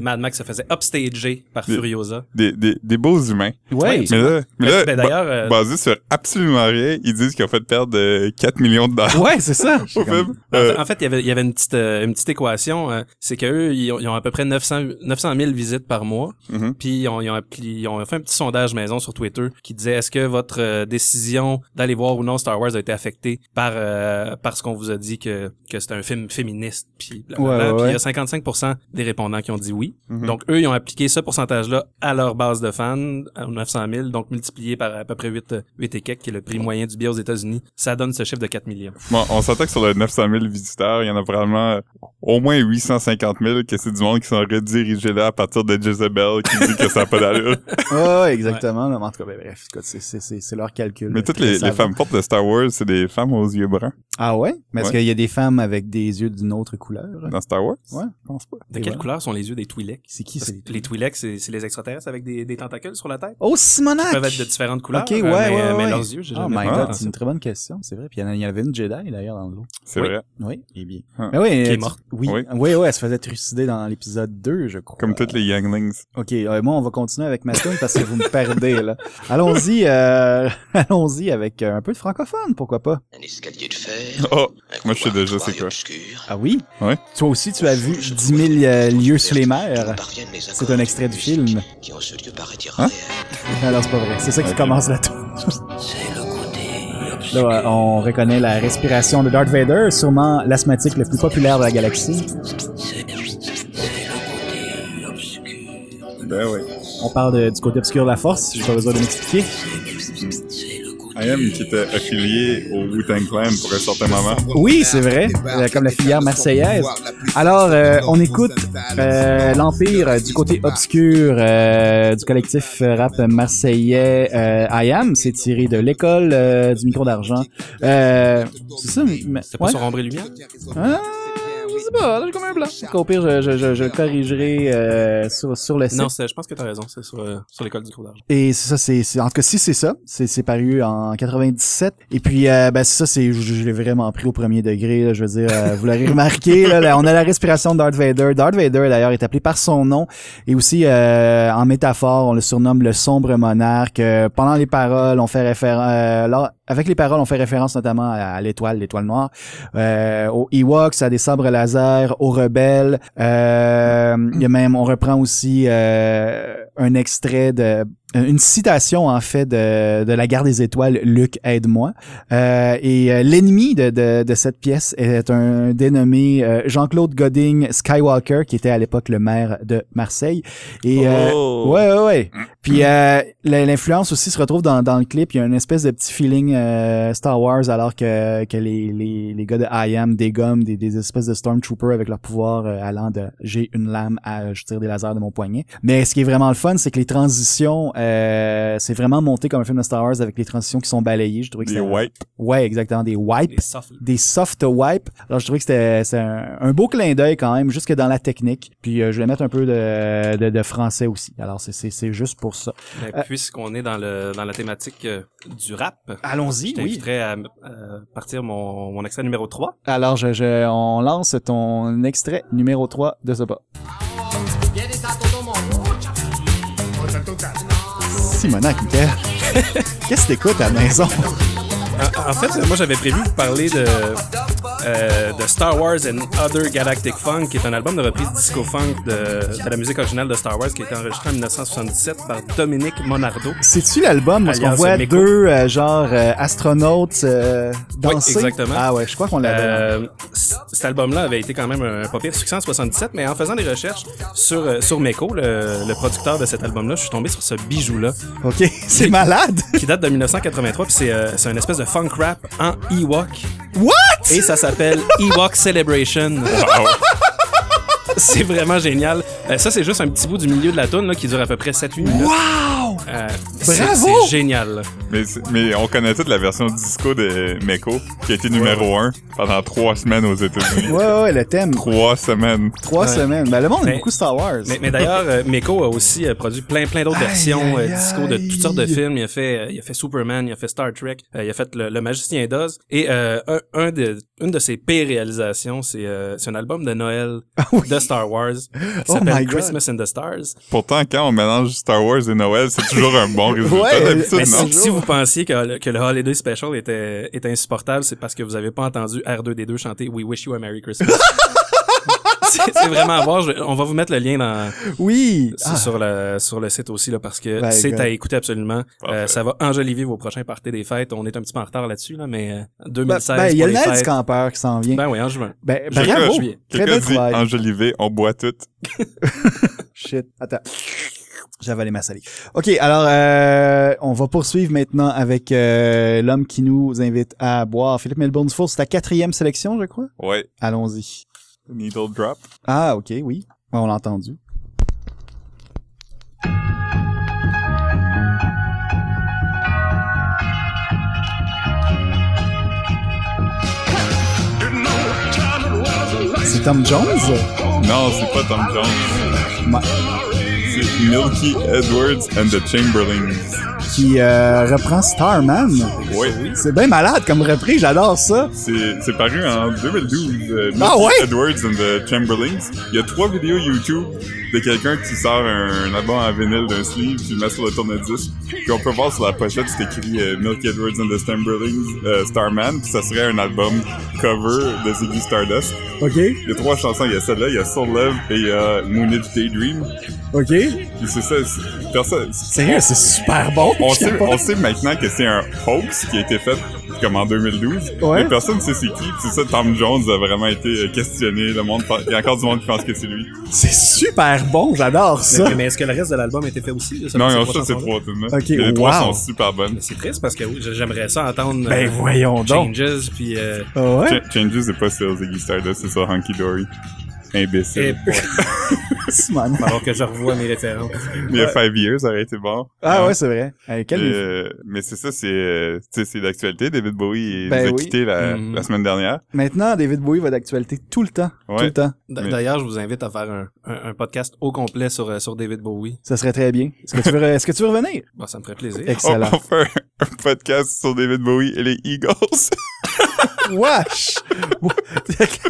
Mad Max se faisait upstager par Mais- Furiosa. Des, des, des beaux humains. Ouais. Mais là, mais là, Ben, ben, d'ailleurs, euh, ba- basé sur absolument rien, ils disent qu'ils ont fait perdre euh, 4 millions de dollars [LAUGHS] Ouais, c'est ça. au film. En Euh, fait- En fait, il y avait, il y avait une, petite, euh, une petite équation. euh, c'est qu'eux, ils ont, ils ont à peu près 900, 900 000 visites par mois. Mhm. Puis ils ont, ils ont appli- ils ont fait un petit sondage maison sur Twitter qui disait est-ce que votre euh, décision d'aller voir ou non Star Wars a été affectée par, euh, par ce qu'on vous a dit que, que c'était un film féministe. Puis Ouais, blablabla. ouais, Puis il y ouais. a 55 des répondants qui ont dit oui. Mhm. Donc eux, ils ont appliqué ce pourcentage-là à leur base de fans, à 900 000, donc multiplié par à peu près 8, 8 et quelques, qui est le prix moyen du billet aux États-Unis. Ça donne ce chiffre de 4 millions. bon, on s'attaque sur les 900 000 visiteurs. Il y en a probablement euh, au moins 850 000 que c'est du monde qui sont redirigés là à partir de Jezebel qui dit que ça n'a pas d'allure. [LAUGHS] Ouais, ouais, exactement. là. Mais en tout cas, ben, bref, écoute, c'est- c'est c'est- c'est leur calcul. Mais là, toutes très les, les savant. femmes portes de Star Wars, c'est des femmes aux yeux bruns Ah ouais? Mais est-ce Ouais. qu'il y a des femmes avec des yeux d'une autre couleur? dans Star Wars. Ouais, je pense pas. De Et quelle voilà. couleur sont les yeux des Twi'leks? C'est qui, Parce c'est que les Les Twi'leks, c'est c'est les extraterrestres avec des, des tentacules sur la tête? Oh, Ils Simonac! peuvent être de différentes couleurs, Ok, ouais, euh, mais, ouais, ouais, mais ouais. leurs yeux, j'ai Oh jamais my fait god, Ah, attention. c'est une très bonne question, c'est vrai. Puis il y en a- il y en avait une Jedi, d'ailleurs, dans le lot. C'est Oui. vrai. Oui, eh bien. Ah. Mais oui, Qui est euh, tu- morte. Oui, oui, Oui. oui, elle se faisait trucider dans l'épisode 2, je crois. Comme toutes les younglings. [LAUGHS] OK, euh, moi, on va continuer avec ma tune parce que vous me perdez, là. Allons-y, euh, [LAUGHS] allons-y avec euh, un peu de francophone, pourquoi pas. Un escalier de fer. Oh, un moi, je sais couloir déjà noir c'est et quoi. obscur. Ah oui? Ouais. Toi aussi, tu as vu Au fond de ce 10 000 euh, couloir, lieux sous les d'où mers. parviennent les C'est accords un de extrait du musique film. [LAUGHS] Qui en ce lieu paraît Hein? irréel. Alors, c'est pas vrai. C'est ça qui Ok. commence la tour. C'est le côté obscur. Là, euh, on reconnaît la respiration de Darth Vader, sûrement l'asthmatique le plus populaire de la galaxie. C'est c'est le côté obscur. Ben oui. On parle de- du côté obscur de la force, j'ai pas besoin de m'expliquer. C'est le côté I Am qui était affilié au Wu-Tang Clan pour un certain moment. Oui, c'est vrai, euh, comme la filière marseillaise. Alors, euh, on écoute euh, l'Empire euh, du côté obscur euh, du collectif euh, rap marseillais euh, I Am. C'est tiré de l'école euh, du micro d'argent. Euh, c'est ça, mais- C'était pas ouais. sur Ombre et Lumière? Ah, sais pas, là, j'ai comme un blanc. Donc, Au pire, je, je, je, je le corrigerai euh, sur, sur le site. Non, c'est- je pense que t'as raison, c'est sur, euh, sur l'école du gros d'argent. Et c'est ça, c'est, c'est- en tout cas, si c'est ça, c'est, c'est paru en 97. Et puis, euh, ben, c'est ça, c'est, je, je l'ai vraiment pris au premier degré, là, je veux dire, euh, vous l'aurez remarqué, là, là, on a la respiration de Darth Vader. Darth Vader, d'ailleurs, est appelé par son nom. Et aussi, euh, en métaphore, on le surnomme le sombre monarque. Euh, pendant les paroles, on fait référence, avec les paroles, on fait référence notamment à, à l'étoile, l'étoile noire, euh, aux Ewoks, à des sabres laser, aux rebelles. Euh, il y a même, on reprend aussi euh, un extrait de Euh, une citation en fait de, de la guerre des étoiles, Luc aide-moi. Euh, et euh, l'ennemi de, de, de cette pièce est un dénommé euh, Jean-Claude Goding Skywalker, qui était à l'époque le maire de Marseille. Et euh, Oh. Ouais, ouais, ouais. Puis euh, la- l'influence aussi se retrouve dans, dans le clip. Il y a une espèce de petit feeling euh, Star Wars alors que, que les, les, les gars de I Am dégomment des, des espèces de Stormtroopers avec leur pouvoir euh, allant de « j'ai une lame à je tire des lasers de mon poignet ». Mais ce qui est vraiment le fun, c'est que les transitions, euh, c'est vraiment monté comme un film de Star Wars avec les transitions qui sont balayées. Je trouvais que Des c'était- wipes. Ouais, exactement, des wipes Les soft- des soft wipes. Alors je trouvais que c'était c'est un, un beau clin d'œil quand même, jusque dans la technique. Puis euh, je vais mettre un peu de, de, de français aussi. Alors c'est- c'est c'est juste pour ça. Mais puisqu'on est dans, le, dans la thématique euh, du rap, je Allons-y, oui. t'inviterais à m- euh, partir mon, mon accent numéro 3. Alors je, je on lance ton extrait numéro 3 de ce pas. Simonac, Mickaël. [LAUGHS] Qu'est-ce que t'écoutes à la maison? En, en fait, euh, moi j'avais prévu vous parler de, euh, de Star Wars and Other Galactic Funk, qui est un album de reprise disco funk de, de la musique originale de Star Wars, qui a été enregistré en 1977 par Dominique Monardo. C'est-tu l'album où Alliance on voit Meco. deux, euh, genre, euh, astronautes euh, danser? exactement. Ah ouais, je crois qu'on l'avait. Euh, c- cet album-là avait été quand même un pas pire succès en 77, mais en faisant des recherches sur, euh, sur Meko, le, le producteur de cet album-là, je suis tombé sur ce bijou-là, OK, [LAUGHS] c'est malade! qui date de 1983, puis c'est euh, c'est une espèce de funk rap en Ewok, What? et ça s'appelle Ewok Celebration. C'est vraiment génial. Euh, ça, c'est juste un petit bout du milieu de la toune là, qui dure à peu près 7-8 minutes. Wow! Euh, c'est- Bravo! C'est génial. Mais, c'est- mais on connaît toute la version disco de Meko, qui a été numéro un pendant trois semaines aux États-Unis. Ouais, ouais, le thème. Trois semaines. Trois Ouais. semaines. Ben, le monde aime Mais- beaucoup Star Wars. Mais, mais d'ailleurs, euh, Meko a aussi euh, produit plein plein d'autres Aïe, versions euh, aïe, disco de aïe. toutes sortes de films. Il a fait euh, il a fait Superman, il a fait Star Trek, euh, il a fait le, Le Magicien d'Oz et euh, un, un de une de ses pires réalisations, c'est euh, c'est un album de Noël Ah oui. de Star Wars qui Oh my s'appelle God. Christmas in the Stars. Pourtant, quand on mélange Star Wars et Noël, c'est toujours un bon résultat. Ouais, D'habitude, mais Mais non. si, Toujours. si vous pensiez que, que le Holiday Special était, était insupportable, c'est parce que vous avez pas entendu R2D2 chanter We Wish You a Merry Christmas. [LAUGHS] c'est c'est vraiment à voir. Je- on va vous mettre le lien dans, Oui! C'est Ah, sur, le, sur le site aussi, là, parce que Ben, c'est écoute. à écouter absolument. Parfait. Euh, ça va enjoliver vos prochains parties des fêtes. On est un petit peu en retard là-dessus, là, mais euh, ben, 2016 ben, il y a pour le les Night fêtes. Scamper qui s'en vient. Ben oui, en juin. Ben, Je- bravo! je- Très Quelqu'un belle dit travail. Angelivé, on boit tout. Shit. Attends. J'avalais ma salive. OK, alors, euh, on va poursuivre maintenant avec euh, l'homme qui nous invite à boire. Philippe Melbourne Dufour, c'est ta quatrième sélection, je crois? Ouais. Allons-y. Needle drop. Ah, OK, oui. Ouais, On l'a entendu. C'est Tom Jones? Non, c'est pas Tom Jones. Ouais. C'est Milky Edwards and the Chamberlains. qui euh, reprend Starman. Ouais. C'est bien malade comme repris, j'adore ça. C'est c'est paru en 2012. euh, Milky Ah ouais? Edwards and the Chamberlains. Il y a trois vidéos YouTube de quelqu'un qui sort un, un album en vinyle d'un sleeve, puis le met sur le tourne-disque. Puis on peut voir sur la pochette, c'est écrit euh, Milky Edwards and the Chamberlains, euh, Starman, puis ça serait un album cover de Ziggy Stardust. OK, Il y a trois chansons, il y a celle-là, il y a Soul Love et il y a Moonage Daydream. OK. Puis c'est ça, c'est- personne. Sérieux, c'est super bon. On je sais sait, pas. on sait maintenant que c'est un hoax qui a été fait comme en 2012. Ouais. Mais personne ne sait c'est qui. Puis C'est ça, Tom Jones a vraiment été euh, questionné. Le monde, pen- il y a encore du monde qui pense que c'est lui. C'est super bon, j'adore ça. Mais, mais est-ce que le reste de l'album était fait aussi? de ce- Non, ces ils ont trois ça, ces chansons-là? trois tunes Ok, Les trois wow. sont super bonnes. Mais C'est triste parce que oui, j'aimerais ça entendre Ben euh, voyons donc. Changes puis euh, Ah ouais? Ch- Changes, c'est pas sur Ziggy Stardust, c'est sur Hunky Dory. et- Imbécile. Simon. [LAUGHS] Alors que je revois mes références. Il y a Five Years, ça aurait été bon. [LAUGHS] Ah ouais, c'est vrai. Hey, Eh ben, quel livre. Euh, mais c'est ça, c'est euh, tu sais, c'est d'actualité. David Bowie il Ben nous a oui. quitté la, Mhm. la semaine dernière. Maintenant, David Bowie va d'actualité tout le temps. Tout Ouais. le temps. Mais- Euh, D'ailleurs, je vous invite à faire un, un, un podcast au complet sur, euh, sur David Bowie. Ça serait très bien. Est-ce que tu veux, re- est-ce que tu veux [LAUGHS] revenir? Oh, Bon, ça me ferait plaisir. On, Excellent. Oh, on fait un, un podcast sur David Bowie et les Eagles. [LAUGHS] Wesh! [LAUGHS]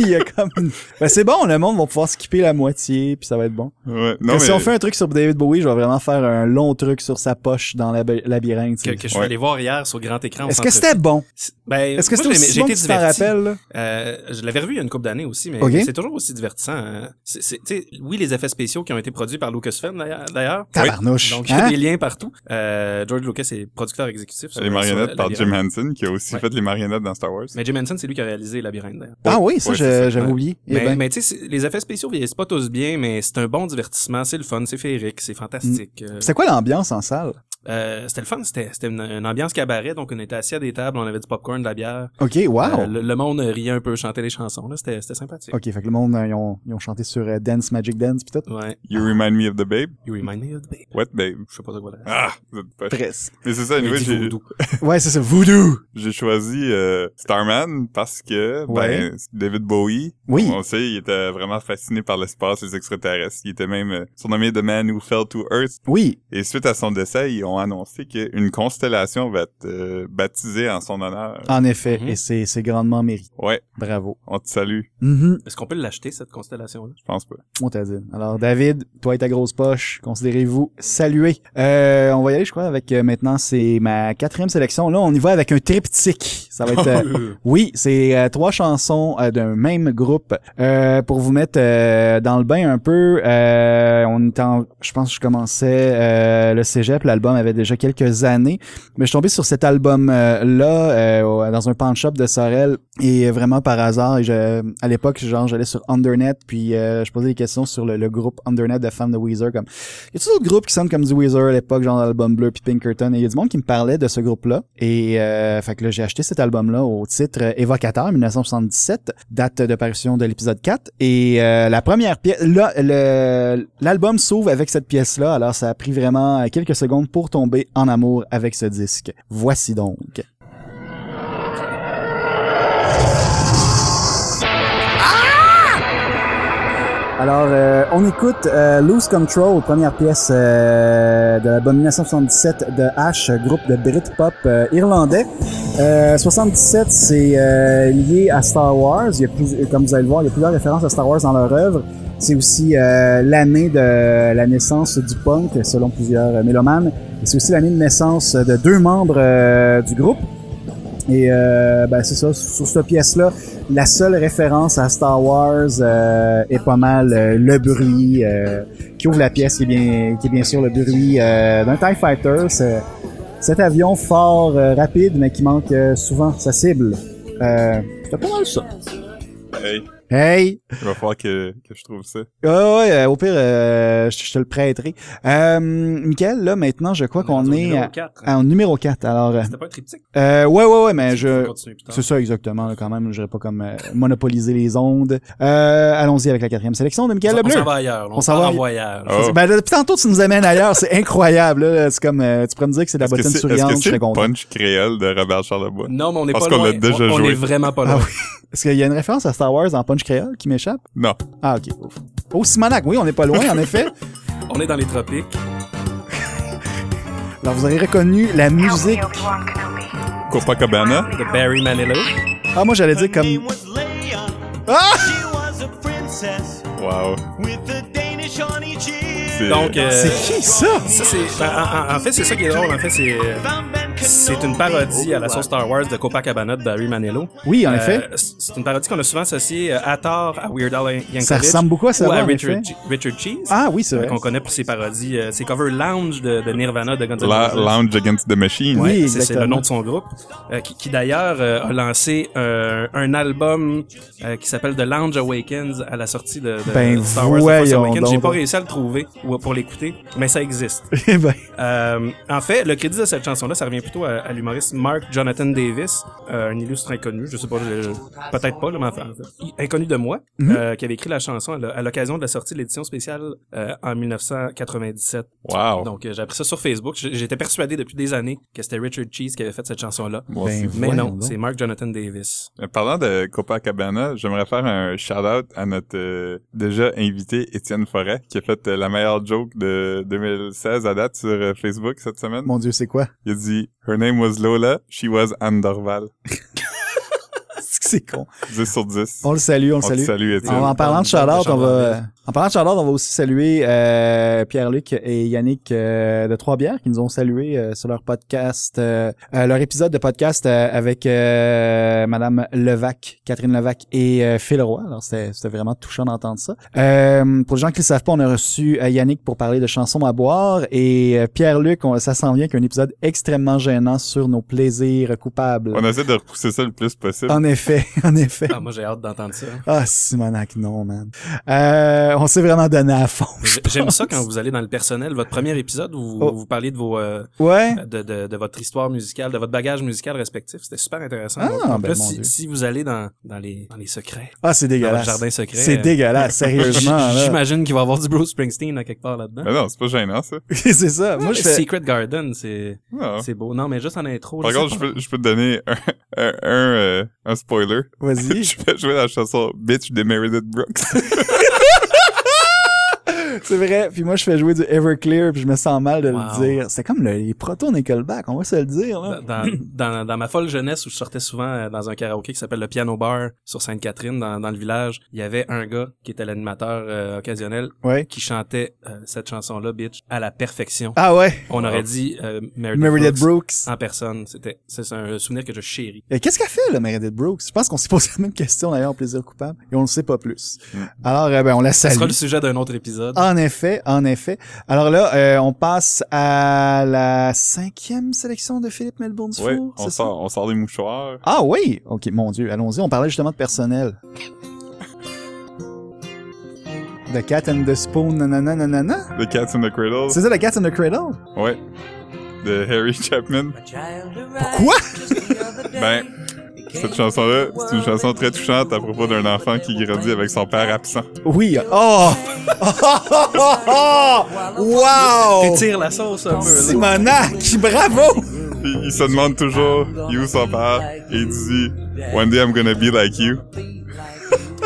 Il y a comme une- Ben, c'est bon, le monde va pouvoir skipper la moitié, puis ça va être bon. ouais. Que Non, Si mais- on fait un truc sur David Bowie, je vais vraiment faire un long truc sur sa poche dans la labyrinthe. Que, tu sais. que je suis Ouais. allé voir hier sur grand écran. au Est-ce que centre- c'était bon? Ben, Est-ce que moi, c'était je l'ai- aussi j'ai bon été que tu t'en diverti. rappelles? là? Euh, je l'avais revu il y a une couple d'années aussi, mais Ok. c'est toujours aussi divertissant. hein. C'est- c'est- tu sais, oui, les effets spéciaux qui ont été produits par Lucasfilm d'ailleurs- d'ailleurs. Tabarnouche. Donc, il y a Hein? des liens partout. Euh, George Lucas est producteur exécutif. sur- les sur marionnettes la- par la- Jim Henson, qui a aussi Ouais. fait les marionnettes dans Star Wars. Mais Jim Henson, c'est lui qui a réalisé Labyrinthe, d'ailleurs. Ah oui, ça, Ouais, je- c'est ça. j'avais oublié. Eh Mais, ben, mais tu sais, c'est- les effets spéciaux vieillissent pas tous bien, mais c'est un bon divertissement, c'est le fun, c'est féerique, c'est fantastique. Euh, C'était quoi l'ambiance en salle? euh, c'était le fun, c'était c'était une, une ambiance cabaret, donc on était assis à des tables, on avait du popcorn, de la bière. OK, wow! Euh, le, le monde riait un peu, chantait des chansons, là, c'était c'était sympathique. OK, fait que le monde, euh, ils ont, ils ont chanté sur euh, Dance Magic Dance pis tout. Ouais. You remind me of the babe. You remind me of the babe. What babe? Je sais pas de quoi là. Ah! vous êtes pas- Presque. Mais c'est ça, anyway, Il dit j'ai- voodoo. Ouais, c'est ça, Voodoo! j'ai choisi euh, Starman parce que Ouais. ben, David Bowie, Oui. on sait, il était vraiment fasciné par l'espace, les extraterrestres. Il était même euh, surnommé The Man Who Fell to Earth. Oui, Et suite à son décès, ils ont annoncé qu'une constellation va être euh, baptisée en son honneur. en effet, Mhm. et c'est c'est grandement mérité. Ouais, Bravo. on te salue, Mhm, Est-ce qu'on peut l'acheter, cette constellation-là? je pense pas. On t'a dit. Alors, David, toi et ta grosse poche, considérez-vous salués. Euh, on va y aller, je crois, avec euh, maintenant, c'est ma quatrième sélection. Là, on y va avec un triptyque. Ça va être... euh, Oui, c'est euh, trois chansons euh, d'un même groupe. Euh, pour vous mettre euh, dans le bain un peu, euh, on est en- je pense que je commençais euh, le cégep, l'album avait déjà quelques années, mais je suis tombé sur cet album-là euh, dans un pan shop de Sorel et vraiment par hasard, et je, à l'époque, genre j'allais sur Undernet, puis euh, je posais des questions sur le, le groupe Undernet de fans de Weezer, comme y a tout d'autres groupes qui sonnent comme du Weezer à l'époque, genre l'album bleu puis Pinkerton. Et il y a du monde qui me parlait de ce groupe-là. Et euh, fait que là, j'ai acheté cet album-là au titre euh, Évocateur 1977, date de parution de l'épisode 4. Et euh, la première pièce, là, le- l'album s'ouvre avec cette pièce-là. Alors ça a pris vraiment euh, quelques secondes pour tomber en amour avec ce disque. Voici donc. Alors, euh, on écoute euh, Lose Control, première pièce euh, de l'album 1977 de Ash, groupe de Britpop euh, irlandais. Euh, 77, c'est euh, lié à Star Wars. Il y a plus, euh, comme vous allez le voir, il y a plusieurs références à Star Wars dans leur œuvre. C'est aussi euh, l'année de la naissance du punk, selon plusieurs euh, mélomanes. Et c'est aussi l'année de naissance de deux membres euh, du groupe. Et euh, ben, c'est ça, sur cette pièce-là, la seule référence à Star Wars euh, est pas mal euh, le bruit euh, qui ouvre la pièce, qui est bien, qui est bien sûr le bruit euh, d'un TIE Fighter. C'est- Cet avion fort euh, rapide, mais qui manque euh, souvent sa cible. Euh, c'est pas mal ça. Hey, Hey! il va falloir que, que je trouve ça. Ah ouais, euh, au pire, euh, je, je te le prêterai. Euh, Michael, là, maintenant, je crois qu'on est à- en numéro 4. Alors, euh, C'était pas un triptyque. euh, ouais, ouais, ouais, mais On je... continue plus tard. C'est ça, exactement, là, quand même. Je pas comme euh, monopoliser les ondes. Euh, Allons-y avec la quatrième sélection de Michael On Lebleu. s'en va ailleurs. là. On On s'en s'en va va en ailleurs. voyage. Oh. Ben, depuis tantôt, tu nous amènes ailleurs. C'est incroyable. là. C'est comme, euh, tu pourrais me dire que c'est de la Est-ce que bottine c'est est-ce souriante. que Je c'est serais le content. punch créole de Robert Charlebois? Non, mais on n'est Parce pas qu'on loin. l'a déjà on, on joué. est vraiment pas Ah loin. Est-ce qu'il y a une référence à Star Wars en Punch Créole qui m'échappe? Non. Ah, ok. Ouf. Oh, Simonac, oui, on n'est pas loin, en effet. On est dans les tropiques. Alors, vous aurez reconnu la musique. Copacabana? de Barry Manilow. Ah, moi, j'allais dire comme. Ah! Wow. C'est- Donc, euh, C'est qui ça? ça, c'est, en, en- en fait, c'est ça qui est drôle. En fait, c'est, euh, c'est une parodie à la sauce Star Wars de Copacabana de Barry Manilow. Oui, en Euh, effet. c'est c'est une parodie qu'on a souvent associée euh, à tort, à Weird Al Yankovic. Ça ressemble beaucoup à ça, Ou à en Richard, effet. G- Richard Cheese. Ah, oui, c'est euh, vrai. Qu'on connaît pour ses parodies, euh, ses covers lounge de, de Nirvana de Guns N' La- Roses. Lounge Against the Machine. Oui. c'est c'est le exactement. nom de son groupe, euh, qui, qui d'ailleurs euh, a lancé euh, un album euh, qui s'appelle The Lounge Awakens à la sortie de, de Ben, Star Wars The Force voyons Awakens. J'ai donc. pas réussi à le trouver ou pour l'écouter, mais ça existe. [LAUGHS] Eh ben, Euh, en fait, le crédit de cette chanson-là, ça revient plutôt plutôt à, à l'humoriste Mark Jonathan Davis, euh, un illustre inconnu, je sais pas, je- peut-être pas, là, mais enfin, i- inconnu de moi, Mhm. euh, qui avait écrit la chanson à l- à l'occasion de la sortie de l'édition spéciale euh, en 1997. Wow. Donc, euh, j'ai appris ça sur Facebook. J- J'étais persuadé depuis des années que c'était Richard Cheese qui avait fait cette chanson-là. Moi Ben, aussi. Mais Voyons non, donc. c'est Mark Jonathan Davis. Euh, Parlant de Copacabana, j'aimerais faire un shout-out à notre euh, déjà invité Étienne Forêt, qui a fait euh, la meilleure joke de 2016 à date sur euh, Facebook cette semaine. Mon Dieu, c'est quoi? [LAUGHS] Il a dit « Her name was Lola, she was Andorval C'est que c'est con. ». 10 sur 10. On le salue, on le On te salue. salue, Étienne. En, Ah, en parlant de Charlotte, on va, en parlant de Charlotte, on va aussi saluer euh, Pierre-Luc et Yannick euh, de Trois-Bières qui nous ont salué euh, sur leur podcast, euh, euh, leur épisode de podcast euh, avec euh, Madame Levac, Catherine Levac et euh, Phil Roy. Alors c'était c'était vraiment touchant d'entendre ça. Euh, pour les gens qui le savent pas, on a reçu euh, Yannick pour parler de chansons à boire et euh, Pierre-Luc, on- ça s'en vient qu'un épisode extrêmement gênant sur nos plaisirs coupables. On essaie de repousser ça le plus possible. En effet, [LAUGHS] en effet. Ah, moi, j'ai hâte d'entendre ça. Ah, Simonac, non, man. Euh, on s'est vraiment donné à fond. je J'ai- J'aime ça pense. quand vous allez dans le personnel. Votre premier épisode, vous, Oh. vous parlez de vos, euh, Ouais. de, de, de votre histoire musicale, de votre bagage musical respectif. C'était super intéressant. Ah, Donc, en ben, plus, mon si, Dieu. si vous allez dans, dans, les, dans les secrets, Ah, c'est dans le dégueulasse. jardin secret, C'est euh, dégueulasse, [LAUGHS] sérieusement. j- [LAUGHS] là. j'imagine qu'il va y avoir du Bruce Springsteen à quelque part là-dedans. Mais non, c'est pas gênant, [LAUGHS] ça. c'est ça. Euh, Moi, Ah, je le fais. Ah. Secret Garden, c'est Non. c'est beau. Non, mais juste en intro. Par je sais contre, je pas. peux, je peux te donner un, [LAUGHS] un, un, euh, un spoiler. [LAUGHS] Vas-y. Je vais jouer la chanson Bitch de Meredith Brooks. C'est vrai. Puis moi, je fais jouer du Everclear, puis je me sens mal de Wow. le dire. C'est comme le- les proto Nickelback, on va se le dire. Là. Dans, dans, dans- dans ma folle jeunesse où je sortais souvent euh, dans un karaoké qui s'appelle le Piano Bar sur Sainte-Catherine, dans, dans le village, il y avait un gars qui était l'animateur euh, occasionnel Ouais. qui chantait euh, cette chanson-là, bitch, à la perfection. Ah ouais. On aurait dit euh, Meredith, Meredith Brooks Ah. Brooks. en personne. C'était c'est un souvenir que je chéris. Et Qu'est-ce qu'elle fait, là, Meredith Brooks? Je pense qu'on s'est posé la même question, d'ailleurs, au plaisir coupable, et on ne sait pas plus. Mm. Alors, euh, ben, on la Ce salue. sera le sujet d'un autre épisode. En effet, en effet. Alors là, euh, on passe à la cinquième sélection de Philippe Melbourne Dufour, Ouais, c'est on ça? sort, on sort des mouchoirs. Ah oui! Ok, mon Dieu, allons-y, on parlait justement de personnel. The Cat and the Spoon, nanana, nanana. The Cats in the Cradle. C'est ça, The Cat and the Cradle? Ouais. De Harry Chapman. Pourquoi? Ben, cette chanson-là, c'est une chanson très touchante à propos d'un enfant qui grandit avec son père absent. Oui! Oh! [LAUGHS] oh, oh, oh, oh! Wow! T'étires la sauce un peu. là. Simonac! Bravo! Puis il se demande toujours, il est où son père? Et il dit, One day I'm gonna be like you.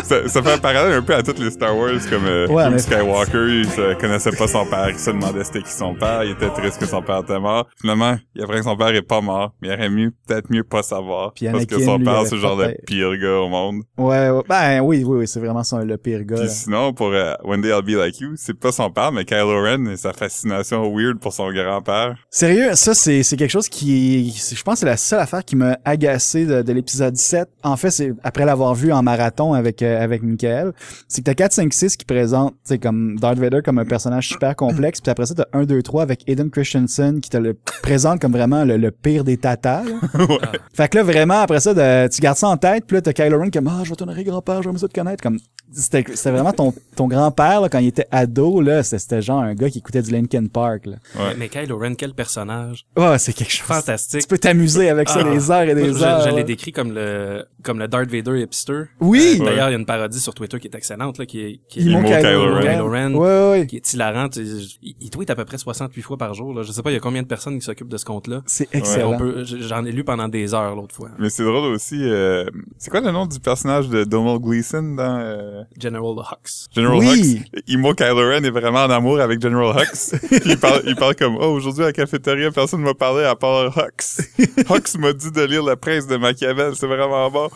Ça, ça fait un parallèle un peu à toutes les Star Wars, comme euh, Ouais, Luke mais- Skywalker, il se connaissait pas son père, il se demandait c'était qui son père, il était triste que son père était mort. Finalement, il apprend que son père est pas mort, mais il aurait mieux, peut-être mieux pas savoir. Puis parce que Anakin, son lui, père, avait c'est le genre pas- de pire gars au monde. Ouais, ouais, ben oui, oui, oui, c'est vraiment son, le pire gars. Puis là. sinon, pour euh, One Day I'll Be Like You, c'est pas son père, mais Kylo Ren et sa fascination weird pour son grand-père. Sérieux, ça c'est c'est quelque chose qui c'est- je pense que c'est la seule affaire qui m'a agacé de, de l'épisode 7. En fait, c'est après l'avoir vu en marathon avec euh, avec Michael, c'est que t'as 4 5 6 qui présente, tu sais comme Darth Vader comme un personnage super complexe, puis après ça t'as 1 2 3 avec Aiden Christensen qui te le présente comme vraiment le, le pire des tatas. là. Fait que là vraiment après ça de- tu gardes ça en tête, puis là t'as Kylo Ren comme ah, je vais t'honorer grand-père, je vais me te connaître comme c'était c'était vraiment ton ton grand-père là, quand il était ado là, c'était- c'était genre un gars qui écoutait du Linkin Park là. Ouais. Mais Kylo Ren, quel personnage. Ouais, Ah, c'est quelque chose. Fantastique. Tu peux t'amuser avec ça Ah. des heures et Moi, des je, heures. je l'ai décrit comme le, comme le Darth Vader hipster. Oui! Euh, D'ailleurs, il y a une parodie sur Twitter qui est excellente, là, qui est, qui est Il Imo manque Kylo Ren. Kylo Ren. Ouais, ouais. qui est hilarant. Tu- Il, il tweet à peu près 68 fois par jour. Là. Je sais pas, il y a combien de personnes qui s'occupent de ce compte-là. C'est Mais on excellent. peut- j- J'en ai lu pendant des heures l'autre fois. Mais c'est drôle aussi, euh, c'est quoi le nom du personnage de Donald Gleason dans euh, General Hux. [LAUGHS] General Oui. Hux? Imo Kylo Ren est vraiment en amour avec General [LAUGHS] Hux. Puis il parle, il parle comme, oh, aujourd'hui à la cafétéria, personne m'a parlé à part [LAUGHS] Hux. Hux m'a dit de lire Le Prince de Machiavel, c'est vraiment bon.